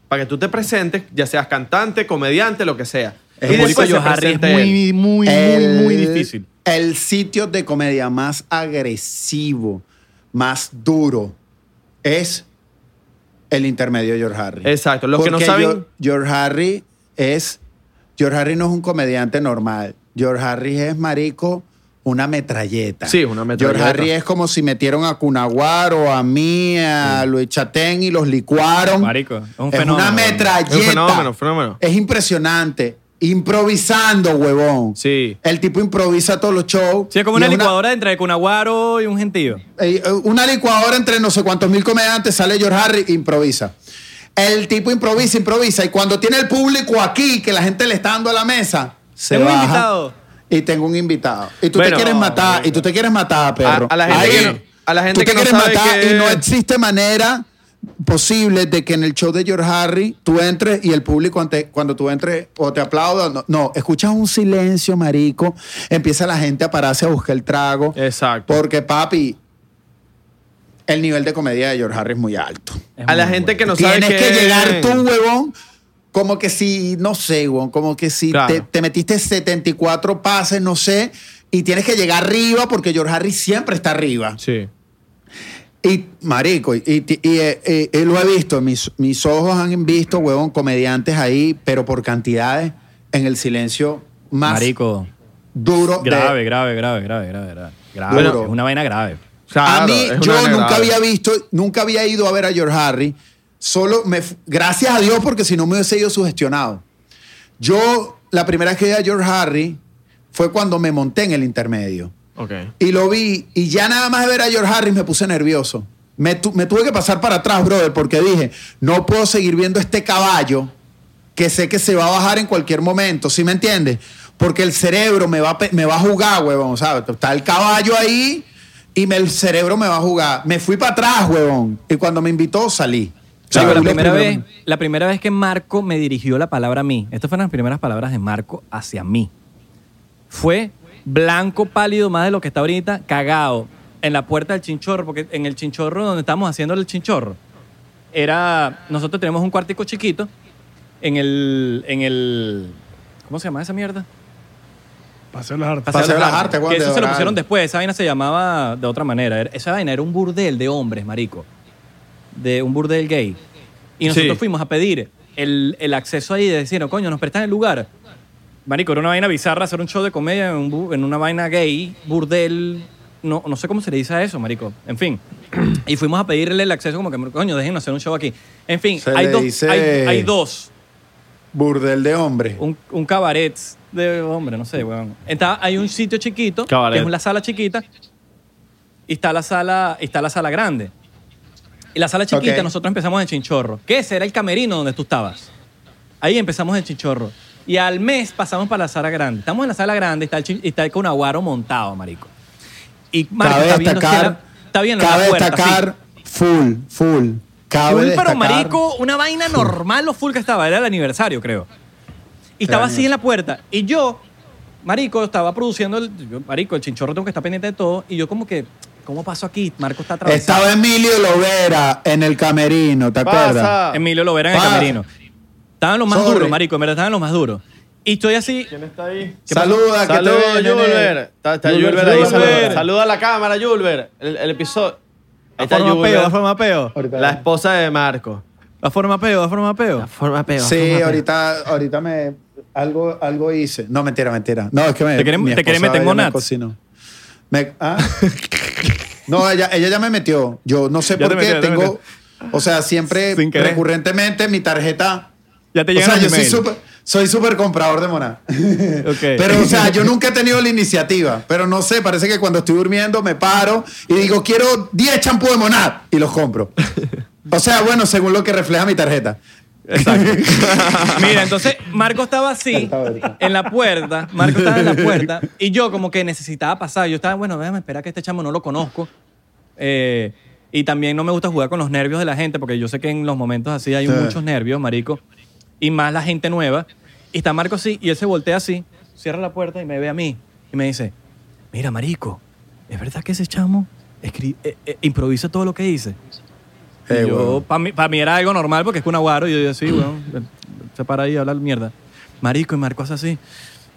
para que tú te presentes, ya seas cantante, comediante, lo que sea. El Y El público después de se Joe Harry es presenta él. muy, muy, muy, muy difícil. El sitio de comedia más agresivo, más duro, es el intermedio de George Harry. Exacto, los que no Porque saben- Geor- George Harry es. George Harry no es un comediante normal. George Harry es marico. Una metralleta. Sí, una metralleta. George Harry es como si metieron a Cunaguar o a mí, a Luis Chatén y los licuaron. Marico, es un es fenómeno. una metralleta. Es un fenómeno, fenómeno. Es impresionante. Improvisando, huevón. Sí. El tipo improvisa todos los shows. Sí, es como Y una licuadora entre Cunaguaro y un gentío. eh, eh, una licuadora entre no sé cuántos mil comediantes, sale George Harry e improvisa. El tipo improvisa, improvisa. Y cuando tiene el público aquí, que la gente le está dando a la mesa, se Tengo un baja. invitado. Y tengo un invitado. Y tú Bueno, te quieres matar, y tú te quieres matar, perro. A- a la gente que no- a la gente tú te que no quieres sabe matar que- y no existe manera posible de que en el show de George Harry tú entres y el público ante- cuando tú entres o te aplaudan. No, no, escuchas un silencio, marico. Empieza la gente a pararse a buscar el trago. Exacto. Porque, papi, el nivel de comedia de George Harry es muy alto. a la gente que no sabe Tienes que, qué- llegar tú, huevón. Como que si, no sé, huevón, como que si Claro. te, te metiste 74 pases, no sé, y tienes que llegar arriba porque George Harry siempre está arriba. Sí. Y, marico, y, y- y, eh, eh, eh, lo he visto, mis, mis ojos han visto, huevón, comediantes ahí, pero por cantidades, en el silencio más Marico. duro. de- Grave, grave, grave, grave, grave, grave. Grave. Bueno. es una vaina grave. a Claro, mí, es una yo vaina nunca grave. había visto, nunca había ido a ver a George Harry. Solo me, fu- gracias a Dios, porque si no me hubiese ido sugestionado. Yo, la primera vez que vi a George Harry fue cuando me monté en el intermedio. Ok. Y lo vi, y ya nada más de ver a George Harris me puse nervioso. Me, tu- me tuve que pasar para atrás, brother, porque dije, no puedo seguir viendo este caballo que sé que se va a bajar en cualquier momento, ¿sí me entiendes? Porque el cerebro me va, a pe- me va a jugar, huevón, ¿sabes? Está el caballo ahí y me- el cerebro me va a jugar. Me fui para atrás, huevón, y cuando me invitó salí. O sea, Marico, la, fui lo primera vez, primero- la primera vez que Marco me dirigió la palabra a mí, estas fueron las primeras palabras de Marco hacia mí, fue blanco, pálido, más de lo que está ahorita, cagado, en la puerta del chinchorro, porque en el chinchorro donde estábamos haciendo el chinchorro, era, nosotros tenemos un cuartico chiquito en el, en el, ¿cómo se llama esa mierda? Paseo de las artes. Paseo de las Artes, que Juan, de eso se lo Doral. pusieron después. Esa vaina se llamaba de otra manera. Era- Esa vaina era un burdel de hombres, marico. De un burdel gay. Y nosotros Sí. fuimos a pedir el, el acceso ahí de decir, no, coño, nos prestan el lugar. Marico, era una vaina bizarra hacer un show de comedia en, un bu- en una vaina gay, burdel. No, no sé cómo se le dice a eso, marico. En fin. Y fuimos a pedirle el acceso como que, coño, déjenos hacer un show aquí. En fin, Se hay le dos, dice- hay, hay dos Burdel de hombre. un, un cabaret de hombre, no sé, weón. Está, hay un sitio chiquito, Cabaret. que es una sala chiquita, y está la sala, y está la sala grande. Y la sala chiquita, Ok. nosotros empezamos en Chinchorro, que ese era el camerino donde tú estabas. Ahí empezamos en Chinchorro. Y al mes pasamos para la sala grande. Estamos en la sala grande, está el, chin- está el conaguaro montado, marico. Y marico, cabe está viendo hacia destacar, la- está viendo la cabe puerta, sí. destacar, full, full. Cabe Full, pero Ah, destacar- marico, una vaina normal lo full que estaba. Era el aniversario, creo. Y estaba así en la puerta. Y yo, marico, estaba produciendo el... yo, marico, el chinchorro tengo que estar pendiente de todo. Y yo como que, ¿cómo pasó aquí? Marco está atravesado. Estaba Emilio Lovera en el camerino, ¿te Pasa. acuerdas? Emilio Lovera en el Pasa. camerino. Estaban los más Sorry. duros, marico. En verdad, estaban los más duros. Y estoy así... ¿Quién está ahí? ¿Qué pasó? Saluda, que te Saludos, veo, nene. Julber. Está, está Julber, Julber ahí. Julber. Saluda, saluda a la cámara, Julber. El, el episodio. Ahí está forma peo, da Julber. forma peo. La esposa de Marco. Da forma peo, da forma peo. Forma peo. Sí, ahorita, ahorita me algo, algo hice. No, mentira, mentira. No, es que me. ¿Te quieren- mi te quieren esposa meter ella me monat? cocinó. Me- ¿ah? No, ella, ella ya me metió. Yo no sé Ya por te qué metió, ya te tengo. O sea, siempre Sin querer. recurrentemente mi tarjeta. Ya te o llegan sea, los yo soy emails. súper soy súper comprador de monat. Ok. Pero, o sea, yo nunca he tenido la iniciativa. Pero no sé, parece que cuando estoy durmiendo me paro y digo, quiero 10 champús de Monad y los compro. O sea, bueno, según lo que refleja mi tarjeta. Mira, entonces Marco estaba así en la puerta, Marco estaba en la puerta y yo como que necesitaba pasar. Yo estaba, bueno, déjame esperar que este chamo no lo conozco. Eh, y también no me gusta jugar con los nervios de la gente porque yo sé que en los momentos así hay Sí. muchos nervios, marico, y más la gente nueva. Y está Marco así y él se voltea así, cierra la puerta y me ve a mí y me dice, mira, marico, ¿es verdad que ese chamo escri- eh, eh, improvisa todo lo que dice? Eh, huevón. Mm. para mí, pa' mí era algo normal porque es que un aguaro y yo digo, sí, weón, ven, se para ahí a hablar mierda. Marico, y Marco hace así,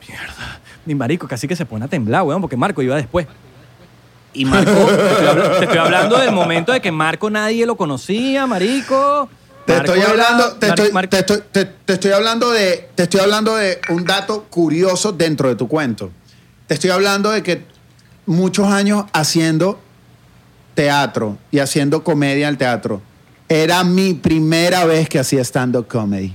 mierda. Y Marico casi que se pone a temblar, weón, porque Marco iba después. Y Marco, te estoy, habla- te estoy hablando del momento de que Marco nadie lo conocía, Marico. Te Marco estoy era- hablando, te Mar- estoy, Mar- te estoy- te- te estoy hablando de, te estoy hablando de un dato curioso dentro de tu cuento. Te estoy hablando de que muchos años haciendo teatro y haciendo comedia al teatro. Era mi primera vez que hacía stand-up comedy.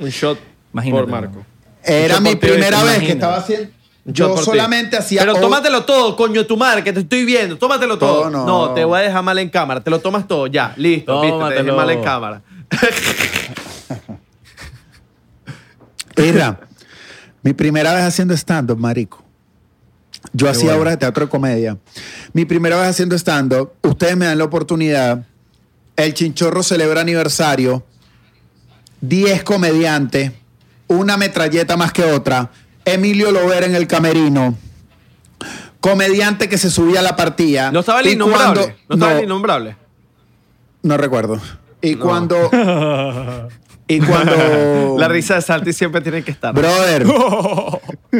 Un shot Imagínate, por Marco. Era shot mi por ti, primera vez que imagínate. estaba haciendo. Un Yo shot por ti. solamente hacía. Pero o- tómatelo todo, coño tu madre, que te estoy viendo. Tómatelo todo. Todo no. te voy a dejar mal en cámara. Te lo tomas todo, ya. Listo, viste, te dejé Tómatelo. mal en cámara. Era mi primera vez haciendo stand-up, marico. Yo hacía obras de teatro de comedia. Mi primera vez haciendo stand-up, ustedes me dan la oportunidad. El Chinchorro celebra aniversario. 10 comediantes, una metralleta más que otra, Emilio Lover en el camerino, comediante que se subía a la partida. No estaba el Y innombrable. cuando- no estaba no, el innombrable. no recuerdo. Y cuando... y cuando... La risa de Santi siempre tiene que estar. Brother.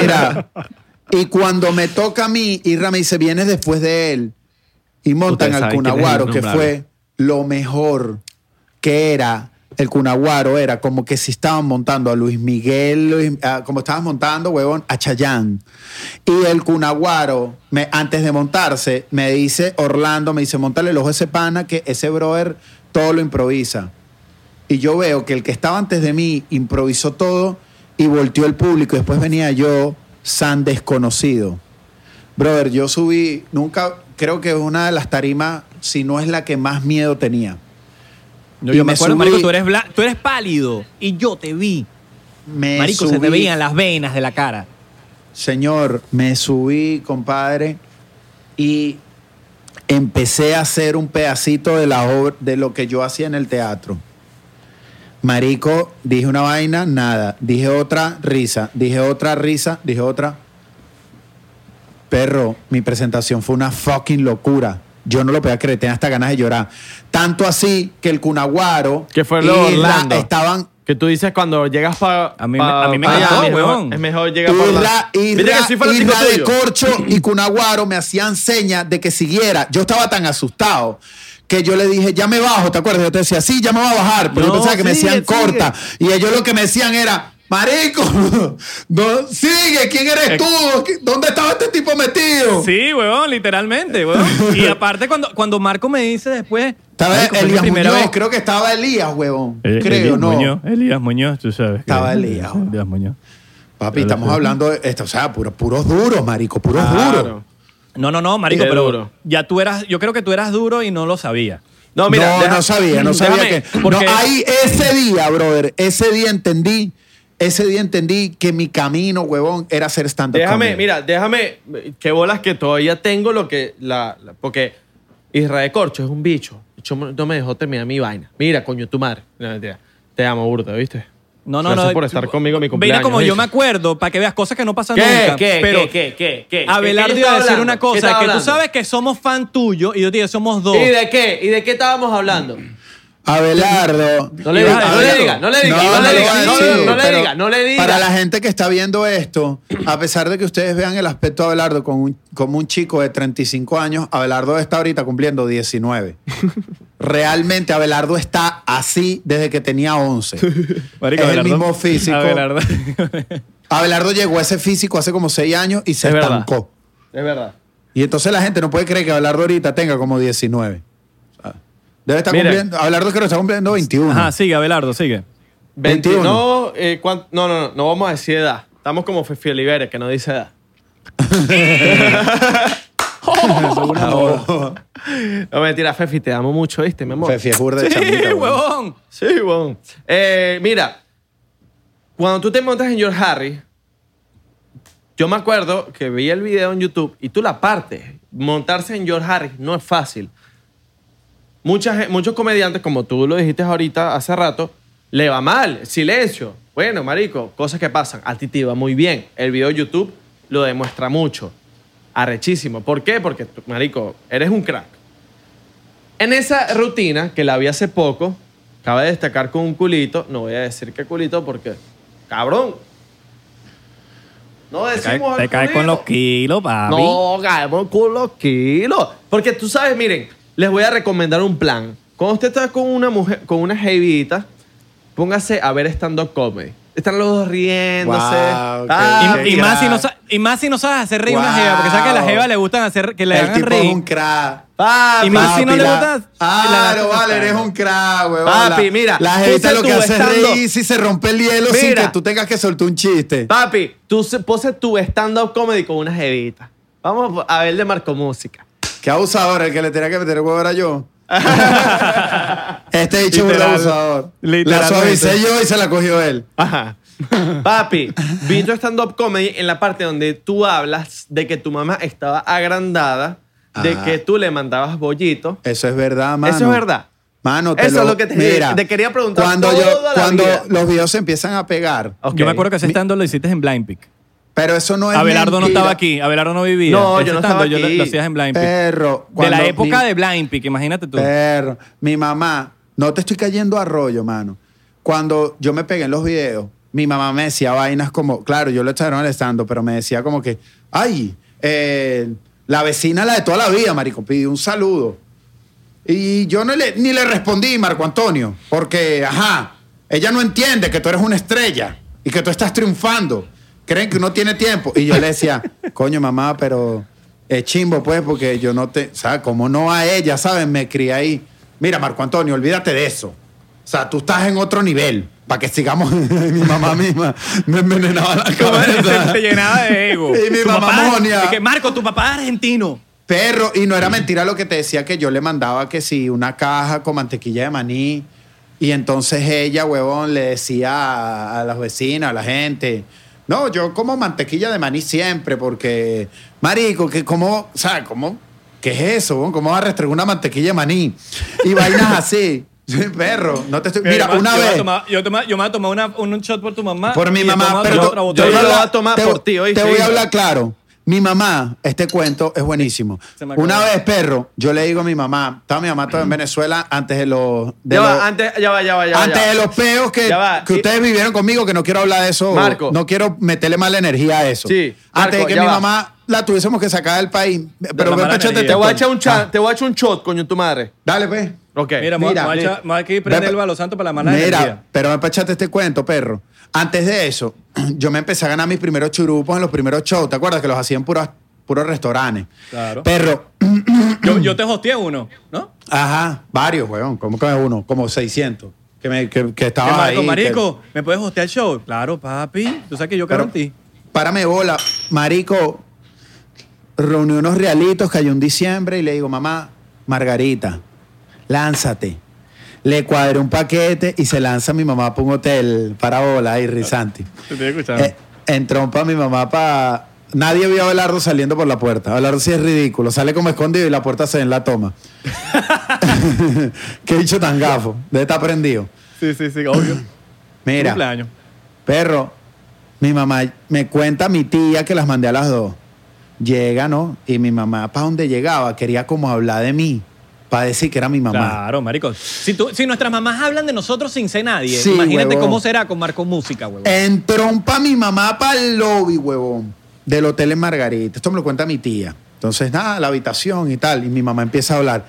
Mira. Y cuando me toca a mí, Irra me dice, vienes después de él. Y montan Ustedes al saben quién es el Cunaguaro, que innombrable. fue lo mejor que era el Cunaguaro. Era como que si estaban montando a Luis Miguel, Luis- ah, como estaban montando, huevón, a Chayán. Y el Cunaguaro, me, antes de montarse, me dice, Orlando, me dice, montale el ojo a ese pana, que ese brother todo lo improvisa. Y yo veo que el que estaba antes de mí improvisó todo y volteó el público. Y después venía yo, san desconocido. Brother, yo subí, nunca, creo que es una de las tarimas, si no es la que más miedo tenía. No, Y yo me me acuerdo, subí. marico, tú eres, bla- tú eres pálido y yo te vi. Me Marico, se te subí- veían las venas de la cara. Señor, me subí, compadre, y empecé a hacer un pedacito de, la obra, de lo que yo hacía en el teatro. Marico, dije una vaina, nada. Dije otra risa, dije otra risa, dije otra. Perro, mi presentación fue una fucking locura. Yo no lo podía creer, tenía hasta ganas de llorar. Tanto así que el Cunaguaro Que fue lo de Orlando. estaban Que tú dices cuando llegas para. A mí me- a mí me encantó, weón. Es mejor llegar para. Irra, Mira Irra, que sí fue el Irra de tuyo. Corcho y Cunaguaro me hacían señas de que siguiera. Yo estaba tan asustado que yo le dije, ya me bajo, ¿te acuerdas? Yo te decía, sí, ya me voy a bajar. Pero yo No, pensaba que me sigue, decían sigue. corta. Y ellos lo que me decían era, marico, no, sigue, ¿quién eres tú? ¿Dónde estaba este tipo metido? Sí, huevón, literalmente, huevón. Y aparte, cuando, cuando Marco me dice después. Estaba marico, fue mi Elías primera Muñoz, vez. creo que estaba Elías, huevón. Eh, creo, Elías no. Muñoz, Elías Muñoz, tú sabes. que- Estaba Elías, huevón. Elías Muñoz. Papi, estamos hablando de esto, o sea, puros, puros duros, marico, puros duros. Claro. No, no, no, marico, Qué pero duro. ya tú eras, yo creo que tú eras duro y no lo sabía. No, mira. no, deja- no sabía, no sabía déjame, que. porque- No, ahí ese día, brother, ese día entendí, ese día entendí que mi camino, huevón, era ser stand-up. Déjame, comedy. mira, déjame. Qué bolas que todavía tengo lo que. La, la- porque Israel Corcho es un bicho. El bicho no me dejó terminar mi vaina. Mira, coño, tu madre. No, mentira. Te amo, burda, ¿viste? No, no, Gracias no. por estar conmigo en mi Mira cumpleaños. como yo ¿viste? me acuerdo, para que veas cosas que no pasan ¿Qué? nunca. ¿Qué? pero ¿Qué? ¿Qué? ¿Qué? ¿Qué? Abelardo ¿De qué iba a decir estaba una hablando? ¿Qué cosa, estaba que tú hablando? sabes que somos fan tuyo y yo te digo, somos dos. ¿Y de qué? ¿Y de qué estábamos hablando? Abelardo. No le diga, no le diga, no le diga, no le lo diga, voy a no, decir, no le pero diga, no le diga. Para la gente que está viendo esto, a pesar de que ustedes vean el aspecto de Abelardo como un, como un chico de 35 años, Abelardo está ahorita cumpliendo 19. Realmente Abelardo está así desde que tenía 11. Marico, es el Abelardo- mismo físico. Abelardo. Abelardo llegó a ese físico hace como 6 años y se Es verdad. estancó. Es verdad. Y entonces la gente no puede creer que Abelardo ahorita tenga como 19. O sea, Debe estar Mira. cumpliendo. Abelardo creo que está cumpliendo 21. Ajá, sigue, Abelardo, sigue. 21. 21. No, eh, ¿cuán- no, no, no, no vamos a decir edad. Estamos como Fefi Oliveres, que no dice edad. No, mentira, Fefi, te amo mucho, ¿viste, mi amor? Fefi es burda de Sí, chambita, weón. huevón. Sí, bueno. mira, cuando tú te montas en George Harry, yo me acuerdo que vi el video en YouTube y tú la partes. Montarse en George Harry no es fácil. Mucha gen- muchos comediantes, como tú lo dijiste ahorita hace rato, le va mal, silencio. Bueno, marico, cosas que pasan. A ti te va muy bien. El video de YouTube lo demuestra mucho. Arrechísimo. ¿Por qué? Porque, tú, marico, eres un crack. En esa rutina, que la vi hace poco, acaba de destacar con un culito. No voy a decir qué culito porque, cabrón. No decimos Te el caes con culito. los kilos, papi. No, caemos con los kilos. Porque tú sabes, miren, les voy a recomendar un plan. Cuando usted está con una mujer, con una jevita, póngase a ver stand-up comedy. Están los dos riéndose. Guau, qué- Ah, Y, y Qué más si no, crack. sa- y más si no sabes hacer reír una Wow. jeva, porque sabes que a la jeva le gustan hacer que le El hagan tipo reír. es un crack. papi, Y más si no Papi, le la- gustas. Claro, vale, eres un crack, weón. Papi, La- mira, La jevita puse lo tu que hace es stand-up. reír si se rompe el hielo sin Mira. que tú tengas que soltar un chiste. papi, tú se- pose tu stand-up comedy con una jevita. Vamos a ver de Marco Música. Qué abusador, el que le tenía que meter el huevo era yo. este dicho es un Literal. abusador. La Literalmente. suavicé yo y se la cogió él. Ajá. Papi, vi tu stand-up comedy en la parte donde tú hablas de que tu mamá estaba agrandada, de Ajá. que tú le mandabas bollitos. Eso es verdad, mano. Eso es verdad. Mano, te Eso lo- es lo que te- mira, te quería preguntar Cuando, yo- toda la cuando vida. los videos se empiezan a pegar, Ok. Yo me acuerdo que ese stand lo hiciste en Blind Pick. pero eso no es. Abelardo no mentira. estaba aquí, Abelardo no vivía. No, Ese yo no stand-up estaba yo lo- aquí. Lo, hacías en Blind Pick. Perro. de Eh, cuando la mi- Eh, época de Blind Pick, imagínate tú. Perro. Mi mamá, no te estoy cayendo a rollo, mano. Cuando yo me pegué en los videos, mi mamá me decía vainas como, claro, yo lo echaron al estando, pero me decía como que, ay, eh, la vecina, la de toda la vida, marico, pidió un saludo. Y yo no le, ni le respondí, Marco Antonio, porque, ajá, ella no entiende que tú eres una estrella y que tú estás triunfando. Creen que uno tiene tiempo. Y yo le decía, coño, mamá, pero es chimbo, pues, porque yo no te. O sea, como no a ella, ¿sabes? Me crié ahí. Mira, Marco Antonio, olvídate de eso. O sea, tú estás en otro nivel. Para que sigamos. mi mamá misma me envenenaba la cabeza. Te llenaba de ego. Y mi Tu mamá papá- monia. y que Marco, tu papá es argentino. Perro, y no era mentira lo que te decía que yo le mandaba que sí, una caja con mantequilla de maní. Y entonces ella, huevón, le decía a, a las vecinas, a la gente, no, yo como mantequilla de maní siempre, porque, marico, que como, o sea, como, ¿qué es eso? huevón? ¿Cómo vas a restregar una mantequilla de maní? Y vainas así. Sí, Perro, no te estoy... Mira, Eh, Yo me- una yo me vez... tomaba- Yo, tomaba- yo me voy a tomar una- un shot por tu mamá. Por mi y mamá, tomaba pero otra tú- botella. voy yo lo voy hablar- a tomar te- por ti, ¿oíste? Te voy a hablar claro. Mi mamá, este cuento es buenísimo. Se me acabó. Una vez, perro, yo le digo a mi mamá, estaba mi mamá toda en Venezuela antes de los... de Mm. Ya los- va, antes, ya va, ya va, ya va. antes ya va. de los peos que, Ya va. que Y- ustedes vivieron conmigo, que no quiero hablar de eso. Marco. No quiero meterle mala energía a eso. Sí, antes de Marco, que ya mi va. mamá la tuviésemos que sacar del país. Pero la ve mala échate energía. este Te voy a cuento. echar un Ah, chat, te voy a echar un shot, coño, tu madre. Dale, pues. Ok. Mira, me voy Mira, a- me voy a mira. echar- me voy a aquí prender Ve- el balón santo para la mala Mira, energía. pero me echaste este cuento, perro. Antes de eso, yo me empecé a ganar mis primeros churupos en los primeros shows. ¿Te acuerdas que los hacían puros, puros restaurantes? Claro. Perro, Yo, yo te hosteé uno, ¿no? ajá, varios, weón. ¿Cómo que uno? Como 600. Que, me, que, que estaba Que Eh, Marco, ahí, marico, ¿me puedes hostear el show? Claro, papi. Tú sabes que yo que- pero, creo en ti. Párame bola. Marico, reuní unos realitos, cayó en diciembre y le digo, mamá, Margarita, lánzate. Le cuadré un paquete y se lanza mi mamá para un hotel para bola y Risanti. Te estoy escuchando. Eh, entrompa mi mamá para. Nadie vio a Abelardo saliendo por la puerta. Abelardo sí es ridículo. Sale como escondido y la puerta se ve en la toma. Qué dicho tan gafo. Debe estar prendido. sí, sí, sí, obvio. Mira. Cumpleaños. Perro, mi mamá me cuenta mi tía que las mandé a las dos. Llega, ¿no? Y mi mamá, para donde llegaba, quería como hablar de mí, para decir que era mi mamá. Claro, marico. Si, tú- si nuestras mamás hablan de nosotros sin ser nadie, Sí, imagínate huevón. Eh, cómo será con Marco Música, huevón. Entrompa mi mamá para el lobby, huevón, del hotel en Margarita. Esto me lo cuenta mi tía. Entonces, nada, la habitación y tal. Y mi mamá empieza a hablar.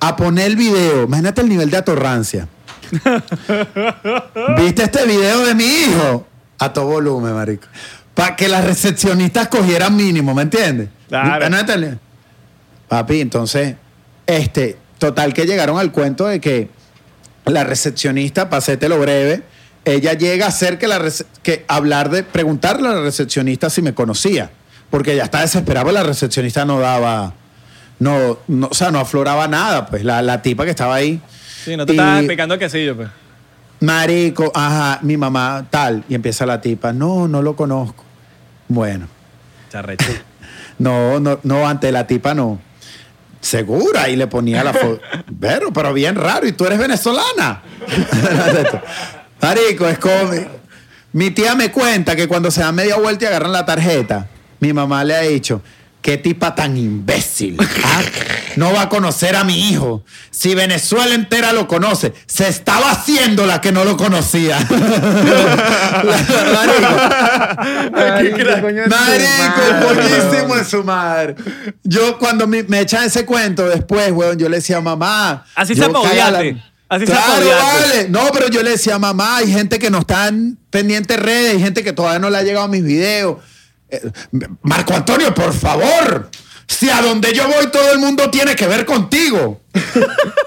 A poner el video. Imagínate el nivel de atorrancia. ¿Viste este video de mi hijo? A todo volumen, marico. Para que las recepcionistas cogieran mínimo, ¿me entiendes? Claro. Ah, no, entendí. Papi, entonces, este, total que llegaron al cuento de que la recepcionista, paséte lo breve, ella llega a hacer que, la rece- que hablar de, preguntarle a la recepcionista si me conocía, porque ella está desesperada, la recepcionista no daba, no, no, o sea, no afloraba nada, pues, la, la tipa que estaba ahí. Sí, no te Y- estás picando el quesillo, pues. Marico, ajá, mi mamá, tal. Y empieza la tipa, no, no lo conozco. Bueno, Charrecho. no, no, no, ante la tipa no. Segura, y le ponía la foto. Pero, pero bien raro, y tú eres venezolana. Marico, es cómico. Mi tía me cuenta que cuando se dan media vuelta y agarran la tarjeta, mi mamá le ha dicho, qué tipa tan imbécil. ah? No va a conocer a mi hijo. Si Venezuela entera lo conoce, se estaba haciendo la que no lo conocía. Marico, Marico, buenísimo es su madre. Yo cuando me, me echan ese cuento después, weón, yo le decía, mamá. Así yo zapateate. cagala- Así Claro, zapateate. vale. No, pero yo le decía, mamá, hay gente que no está en pendiente redes, hay gente que todavía no le ha llegado a mis videos. Eh, Marco Antonio, por favor. Si a donde yo voy todo el mundo tiene que ver contigo.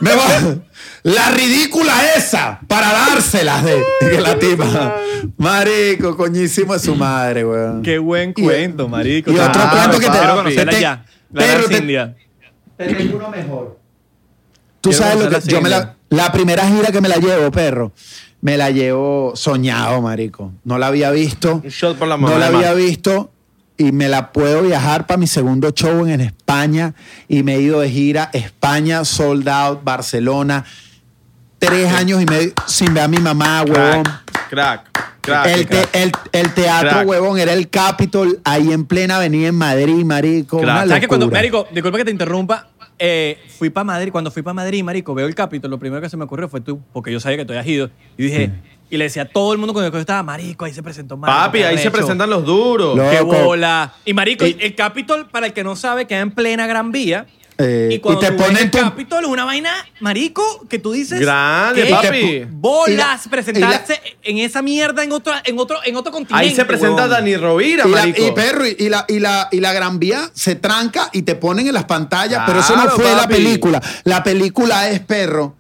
Me va- La ridícula esa para dárselas de, de la tipa. Marico, coñísimo es su madre, weón. Qué buen Y- cuento, marico. Y otro Claro, cuento que te... Quiero papi. conocerla te- ya. La perro, Darcy te- India. Te tengo uno mejor. Tú Quiero sabes lo conocer la que yo me la, Silvia. la primera gira que me la llevo, perro, me la llevo soñado, marico. No la había visto. Un shot por la mamá No la de había Marco. visto y me la puedo viajar para mi segundo show en, en España y me he ido de gira España, sold out, Barcelona, tres años y medio sin ver a mi mamá, huevón. Crack, crack, crack. el, te- crack. el- el teatro, Crack. huevón, era el Capitol ahí en plena avenida en Madrid, marico. Crack. Una ¿Sabes que cuando, locura. Marico, disculpa que te interrumpa, eh, fui para Madrid, cuando fui para Madrid, Marico, veo el capítulo, lo primero que se me ocurrió fue tú, porque yo sabía que tú habías ido, y dije, y le decía a todo el mundo cuando yo estaba, Marico, ahí se presentó Marico. Papi, qué ahí se arrecho, presentan los duros. Lo- ¡Qué Loco. bola! Y Marico, el Capitol, para el que no sabe, queda en plena Gran Vía. Eh, y cuando y te tú ves ponen el tu- Capitol es una vaina, marico, que tú dices... Grande, ¿qué papi. Y te pu- Bolas, y la- presentarse en esa mierda en otro, en otro, en otro continente. Ahí se presenta weón. Dani Rovira, Y, la, marico. y perro, y y la, y, la, y la Gran Vía se tranca y te ponen en las pantallas, pero eso no Claro, fue la papi. película. La película es, perro,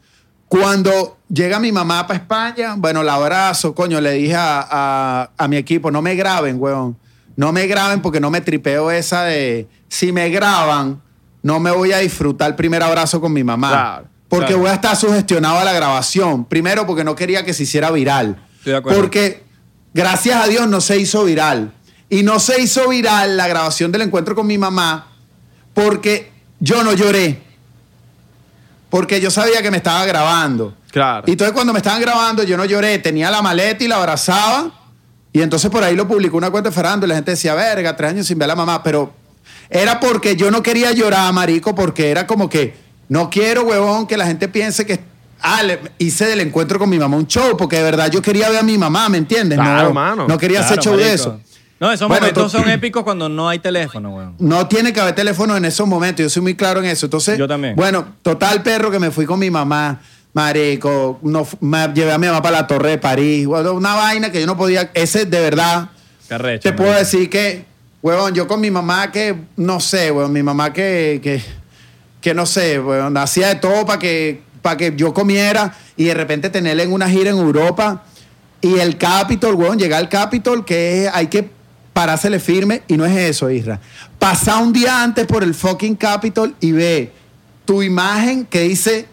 cuando llega mi mamá para España, bueno, la abrazo, coño, le dije a, a- a mi equipo, no me graben, weón. No me graben porque no me tripeo esa de, si me graban, no me voy a disfrutar el primer abrazo con mi mamá. Claro, porque claro. voy a estar sugestionado a la grabación. Primero, porque no quería que se hiciera viral. Estoy de acuerdo. Porque que, gracias a Dios, no se hizo viral. Y no se hizo viral la grabación del encuentro con mi mamá porque yo no lloré. Porque yo sabía que me estaba grabando. Claro. Y entonces cuando me estaban grabando, yo no lloré. Tenía la maleta y la abrazaba. Y entonces por ahí lo publicó una cuenta de Fernando y la gente decía, verga, tres años sin ver a la mamá. Pero era porque yo no quería llorar, marico, porque era como que no quiero, huevón, que la gente piense que ah, le- hice del encuentro con mi mamá un show, porque de verdad yo quería ver a mi mamá, ¿me entiendes? Claro, no, mano. no quería hacer Claro, show de marico. eso. No, esos Bueno, momentos to- son épicos cuando no hay teléfono, weón. No tiene que haber teléfono en esos momentos. Yo soy muy claro en eso. Entonces, Yo también. Bueno, total perro que me fui con mi mamá, marico. No, fu- me llevé a mi mamá para la Torre de París. bueno, Una vaina que yo no podía. Ese de verdad. Qué arrecho, Te puedo marico. decir que, huevón, yo con mi mamá que, no sé, huevón, mi mamá que, que, que no sé, huevón, hacía de todo para que, para que yo comiera y de repente tenerla en una gira en Europa y el Capitol, huevón, llegar al Capitol que es- hay que parársele firme y no es eso, Isra. Pasa un día antes por el fucking Capitol y ve tu imagen que dice,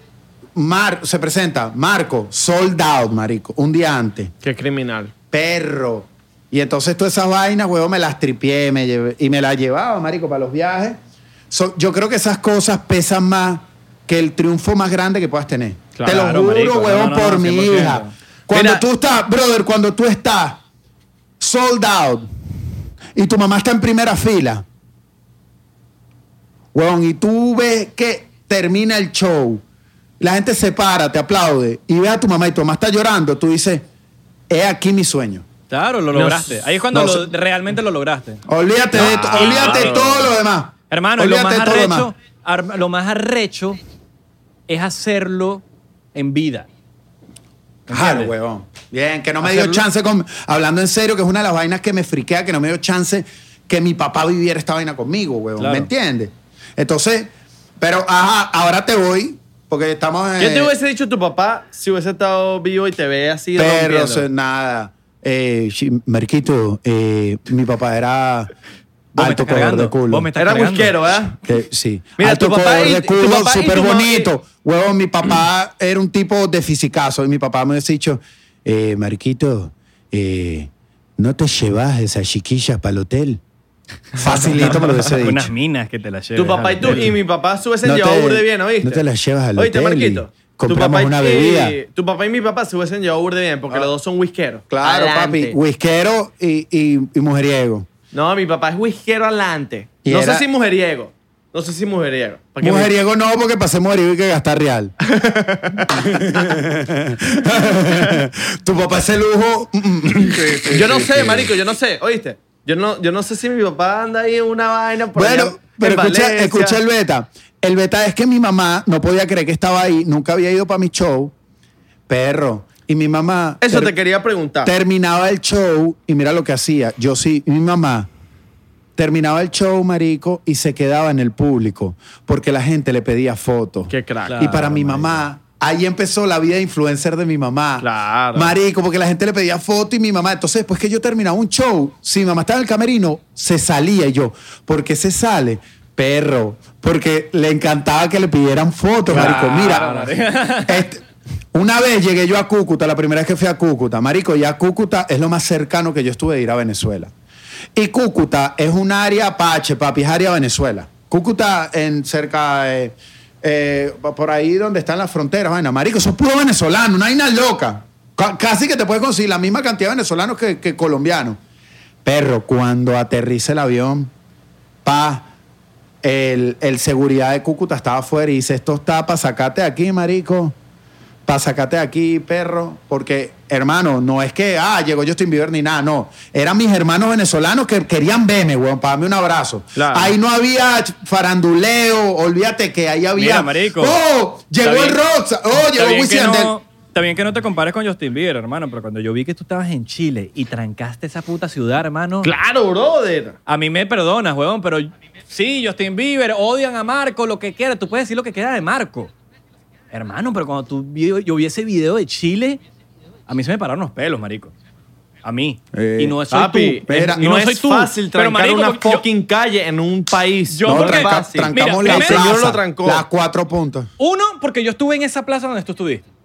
Mar se presenta, Marco, sold out, marico, un día antes Qué criminal. perro. Y entonces todas esas vainas, huevón, me las tripié me llevé- y me las llevaba, marico, para los viajes. So- yo creo que esas cosas pesan más que el triunfo más grande que puedas tener. Claro, Te lo juro, marico. No, huevón, no, no, por mi 100%. hija. Cuando Mira- tú estás, brother, cuando tú estás sold out y tu mamá está en primera fila, huevón, y tú ves que termina el show, la gente se para, te aplaude y ve a tu mamá y tu mamá está llorando, tú dices, he aquí mi sueño. Claro, lo lograste. Ahí es cuando no lo- sé. realmente lo lograste. Olvídate de to- olvídate de todo lo demás. Hermano, y lo olvídate más, de todo lo demás. arrecho, ar- lo más arrecho es hacerlo en vida. Claro, huevón. Bien, que no me dio Hacerlo- chance con. Hablando en serio, que es una de las vainas que me friquea, que no me dio chance que mi papá viviera esta vaina conmigo, huevón. Claro. ¿Me entiendes? Entonces, pero ajá, ahora te voy, porque estamos en. Yo te hubiese dicho tu papá si hubiese estado vivo y te ve así Pero rompiendo? o sea, nada. Eh, sí, Marquito, eh, mi papá era me alto estás cobrador de cargando, culo. vos me estás Era cargando. busquero, ¿verdad? Que- sí. Mira, Alto tu papá cobrador y- de tu culo, papá y súper tu mamá- bonito. Huevón, mi papá era un tipo de fisicazo. Y mi papá me hubiese dicho, eh, Marquito, eh, ¿no te llevas esas chiquillas para el hotel? Facilito me lo hubiese dicho. Unas minas que te las llevas. Tu papá y tú y mi papá se hubiesen No llevado te- burde bien, ¿oíste? no te las llevas al ¿Oíste, hotel y Marquito? compramos tu papá una y, bebida. Ah. Tu papá y mi papá se hubiesen llevado burde bien porque los dos son whiskeros. Claro, Adelante. papi. Whiskero y, y- y mujeriego. No, mi papá es whiskero adelante. Y No era- sé si mujeriego. No sé si mujeriego. Porque mi- Mujeriego no, porque pasé mujeriego y que gastar real. tu papá se lujo. mm, Yo no sé, marico, yo no sé, ¿oíste? Yo no, yo no sé si mi papá anda ahí en una vaina por allá Bueno, en pero escucha, Valencia. escucha el beta. El beta es que mi mamá no podía creer que estaba ahí, nunca había ido para mi show, perro. Y mi mamá Eso ter- te quería preguntar. terminaba el show y mira lo que hacía. Yo sí, mi mamá terminaba el show, marico, y se quedaba en el público porque la gente le pedía fotos. Qué crack. y para mi mamá, ahí empezó la vida de influencer de mi mamá. Claro. Marico, porque la gente le pedía foto y mi mamá. Entonces, después que yo terminaba un show, si mi mamá estaba en el camerino, se salía y yo. ¿Por qué se sale? Perro. Porque le encantaba que le pidieran fotos, marico. Mira, este, una vez llegué yo a Cúcuta, la primera vez que fui a Cúcuta, marico, ya Cúcuta es lo más cercano que yo estuve de ir a Venezuela. Y Cúcuta es un área apache, papi, es área Venezuela. Cúcuta en cerca de eh, por ahí donde están las fronteras, vaina, marico, eso es puro venezolano, una vaina loca. Ca- casi que te puedes conseguir la misma cantidad de venezolanos que, que colombianos. Perro, cuando aterriza el avión, pa, el, el seguridad de Cúcuta estaba afuera y dice, esto está para sacarte de aquí, marico. Para sacarte de aquí, perro. Porque, hermano, no es que, ah, llegó Justin Bieber ni nada, no. Eran mis hermanos venezolanos que querían verme, weón, para darme un abrazo. Claro. Ahí no había faranduleo, olvídate que ahí había... Mira, marico. ¡Oh! Llegó Está el bien. Rox, ¡Oh! Está Llegó bien Wisin que y Yandel. no- Está bien que no te compares con Justin Bieber, hermano, pero cuando yo vi que tú estabas en Chile y trancaste esa puta ciudad, hermano. Claro, brother. A mí me perdonas, huevón, pero sí, Justin Bieber, odian a Marco, lo que quiera. Tú puedes decir lo que quiera de Marco. Hermano, pero cuando tú, vi- yo vi ese video de Chile, a mí se me pararon los pelos, marico. A mí. Eh, y no soy Papi, tú. espera, y no, es soy tú. fácil Pero, trancar una porque yo- fucking calle en un país. Yo No, porque- tranca- fácil. trancamos Mira, la primero- plaza. Yo lo trancó. Las cuatro puntos. Uno, porque yo estuve en esa plaza donde tú estuviste.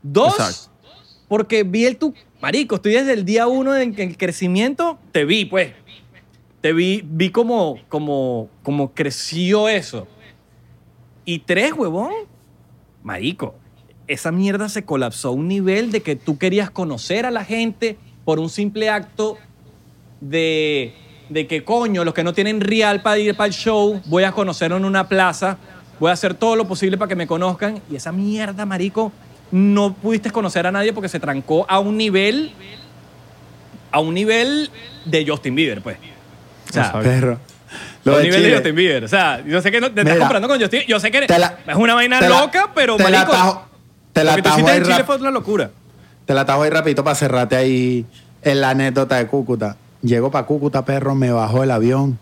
Dos, Exacto. porque vi el tu. Marico, estoy desde el día uno en que el crecimiento te vi, pues. Te vi, vi como, como, como creció eso. Y tres, huevón. Marico, esa mierda se colapsó a un nivel de que tú querías conocer a la gente por un simple acto de, de que coño, los que no tienen real para ir para el show, voy a conocerlo en una plaza, voy a hacer todo lo posible para que me conozcan. Y esa mierda, marico, no pudiste conocer a nadie porque se trancó a un nivel, a un nivel de Justin Bieber, pues. O sea, Perro. a Lo un de nivel de Chile. Justin Bieber. O sea, yo sé que no, te estás Mira, comprando con Justin Yo sé que te la- es una vaina te la- loca, pero te la marico, atajo- te la lo que tú atajo hiciste ahí en Chile rap- fue una locura. Te la atajo ahí rapidito para cerrarte ahí en la anécdota de Cúcuta. Llego para Cúcuta, perro, me bajó el avión.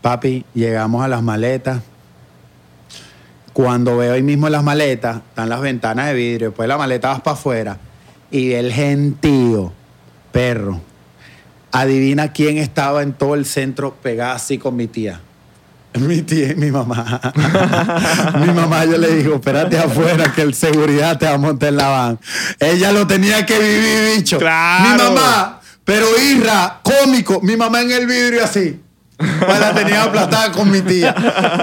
Papi, llegamos a las maletas. Cuando veo ahí mismo las maletas, están las ventanas de vidrio, después la maleta vas para afuera y el gentío, perro. Adivina quién estaba en todo el centro pegada así con mi tía. Mi tía y mi mamá. mi mamá, yo le digo, espérate afuera que el seguridad te va a montar en la van. Ella lo tenía que vivir, bicho. Claro. Mi mamá, pero irra, cómico. Mi mamá en el vidrio así. Pues la tenía aplastada con mi tía.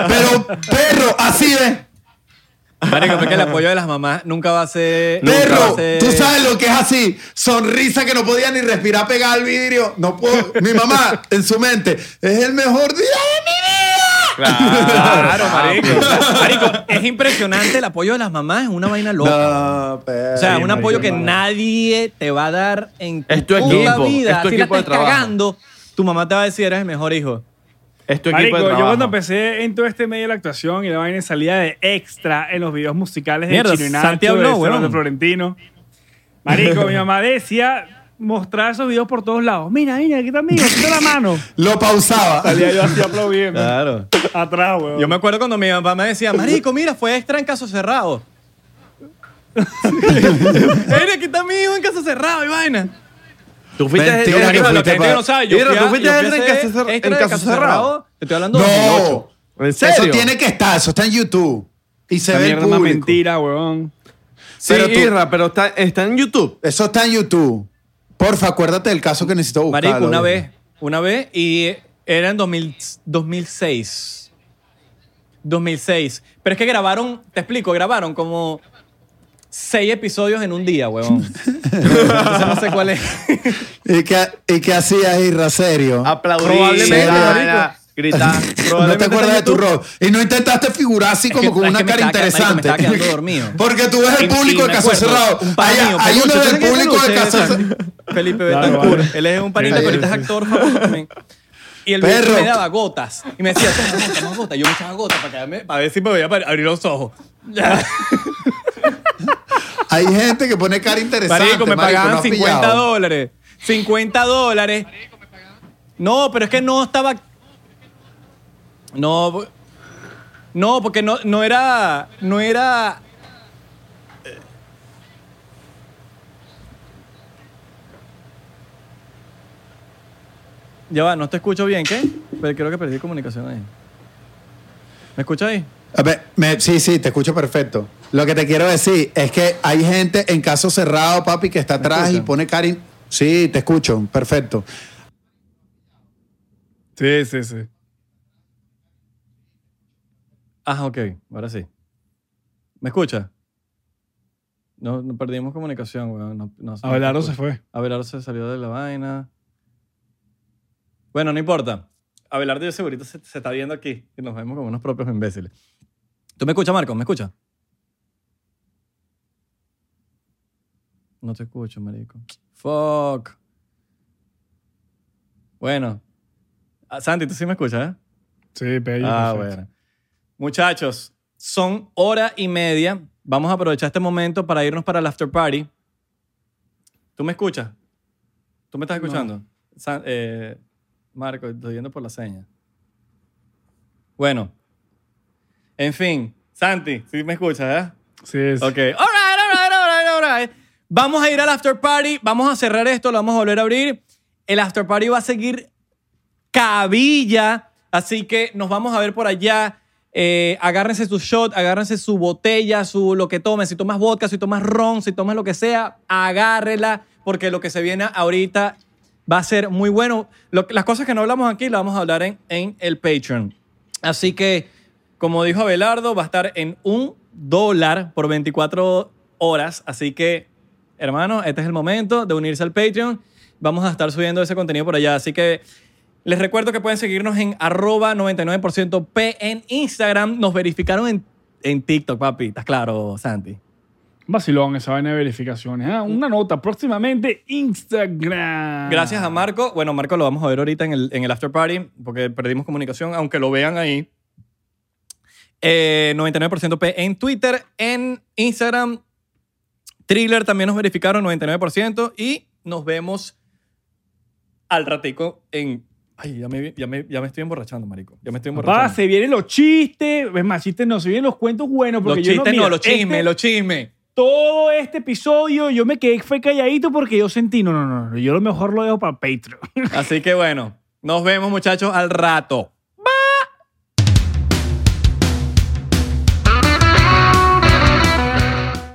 Pero, perro, así es. Marico, porque el apoyo de las mamás nunca va a ser. nunca va Perro, a ser- tú sabes lo que es así. Sonrisa que no podía ni respirar pegada al vidrio. No puedo. Mi mamá, en su mente, es el mejor día de mi vida. Claro, Ah, marico. pues. Marico, es impresionante el apoyo de las mamás, es una vaina loca. No, perro. o sea, Sí, un marico, apoyo que hermano. nadie te va a dar en tu, Es tu puta equipo, vida. es tu si equipo la de estás trabajo. cagando, tu mamá te va a decir, eres el mejor hijo. Es tu Este equipo Marico, de yo trabajo. cuando empecé en todo este medio de la actuación y la vaina salía de extra en los videos musicales de Mierda, Chino y Nacho, Santiago de no, Servando weón. Florentino. Marico, mi mamá decía mostrar esos videos por todos lados. Mira, mira, aquí está mío, aquí está la mano. Lo pausaba. Salía yo así aplaudiendo. Claro. Atrás, weón. Ah. Yo me acuerdo cuando mi papá me decía, marico, mira, fue extra en caso cerrado. Eres aquí está mi hijo en caso cerrado y vaina. Tú fuiste Mentira yo- que Marico, yo- fuiste lo que la gente pa- no sabe, yo Mira, fui a- tú fuiste yo fui a extra en hacer caso cerra- extra en de caso cerrado. Te estoy hablando de 2008. No. ¿En serio? Eso tiene que estar. Eso está en YouTube. Y se Esa ve el mierda es una público. mentira, weón. Sí, Pero tú- Irra, pero está, está en YouTube. Eso está en YouTube. Porfa, acuérdate del caso que necesito buscar. Marico, una vez, una vez, y era en 2000 2006. 2006. Pero es que grabaron, te explico, grabaron como seis episodios en un día, huevón. Entonces no sé cuál es. ¿Y qué, y qué hacías, Irra, serio? Aplaudir. Probablemente, Será, gritar. No Probablemente te acuerdas está de en tu YouTube. rol. Y no intentaste figurar así como que- con es una que me cara estaba que- marico, me interesante. estaba quedando dormido. Porque tú ves el público de me Caso acuerdo, Cerrado. un pana Hay, mío, hay uno peluche. del ¿Sabes quién es público de peluche? Caso Cerrado. Felipe Claro, Betancourt. vale. Él es un panita, Ahí pero es. ahorita es actor famoso también. Y el Perro. bicho me daba gotas. Y me decía, toma gota, toma gota. Yo me echaba gotas para, quedarme- para ver si me voy a abrir los ojos. Hay gente que pone cara interesante. Marico, me marico, no pagaban has 50 pillado. dólares. 50 dólares. No, pero es que no estaba. No. po- No, porque no, no era. No era. eh. Ya va, no te escucho bien, ¿qué? Pero creo que perdí comunicación ahí. ¿Me escuchas ahí? A ver, me- sí, sí, te escucho perfecto. Lo que te quiero decir es que hay gente en caso cerrado, papi, que está atrás y escuchan? pone cara. in- Sí, te escucho, perfecto. Sí, sí, sí. Ah, ok, ahora sí. ¿Me escucha? No, no perdimos comunicación, weón. No, no sé. Abelardo se fue. Abelardo se salió de la vaina. Bueno, no importa. Abelardo yo segurito se, se está viendo aquí y nos vemos como unos propios imbéciles. ¿Tú me escuchas, Marco? ¿Me escuchas? No te escucho, marico. Fuck. Bueno. Ah, Santi, tú sí me escuchas, ¿eh? Sí, pero Ah, bueno. Muchachos, son hora y media. Vamos a aprovechar este momento para irnos para el after party. ¿Tú me escuchas? ¿Tú me estás escuchando? San- eh, Marco, estoy viendo por la seña. Bueno. En fin, Santi, sí me escuchas, ¿eh? Sí, Ok. sí. All right, all right, all right, all right. Vamos a ir al after party. Vamos a cerrar esto. Lo vamos a volver a abrir. El after party va a seguir cabilla. Así que nos vamos a ver por allá. Eh, agárrense su shot, agárrense su botella, su lo que tomen. Si tomas vodka, si tomas ron, si tomas lo que sea, agárrela. Porque lo que se viene ahorita va a ser muy bueno. Lo- las cosas que no hablamos aquí las vamos a hablar en, en el Patreon. Así que, como dijo Abelardo, va a estar en un dólar por 24 horas. Así que, hermano, este es el momento de unirse al Patreon. Vamos a estar subiendo ese contenido por allá. Así que les recuerdo que pueden seguirnos en arroba 99% P en Instagram. Nos verificaron en, en TikTok, papi. ¿Estás claro, Santi? Vacilón esa vaina de verificaciones. Ah, una nota. Próximamente Instagram. Gracias a Marco. Bueno, Marco lo vamos a ver ahorita en el, en el after party porque perdimos comunicación, aunque lo vean ahí. Eh, 99% P en Twitter, en Instagram. Thriller también nos verificaron 99% y nos vemos al ratico en... Ay, ya me, ya me, ya me estoy emborrachando, marico. Ya me estoy emborrachando. Papá, se vienen los chistes. Es más, chistes no, se vienen los cuentos buenos. los Porque yo chistes no, mira, los chismes, este- los chismes. Todo este episodio yo me quedé fue calladito porque yo sentí, no, no, no, no, yo lo mejor lo dejo para Patreon. Así que bueno, nos vemos muchachos al rato.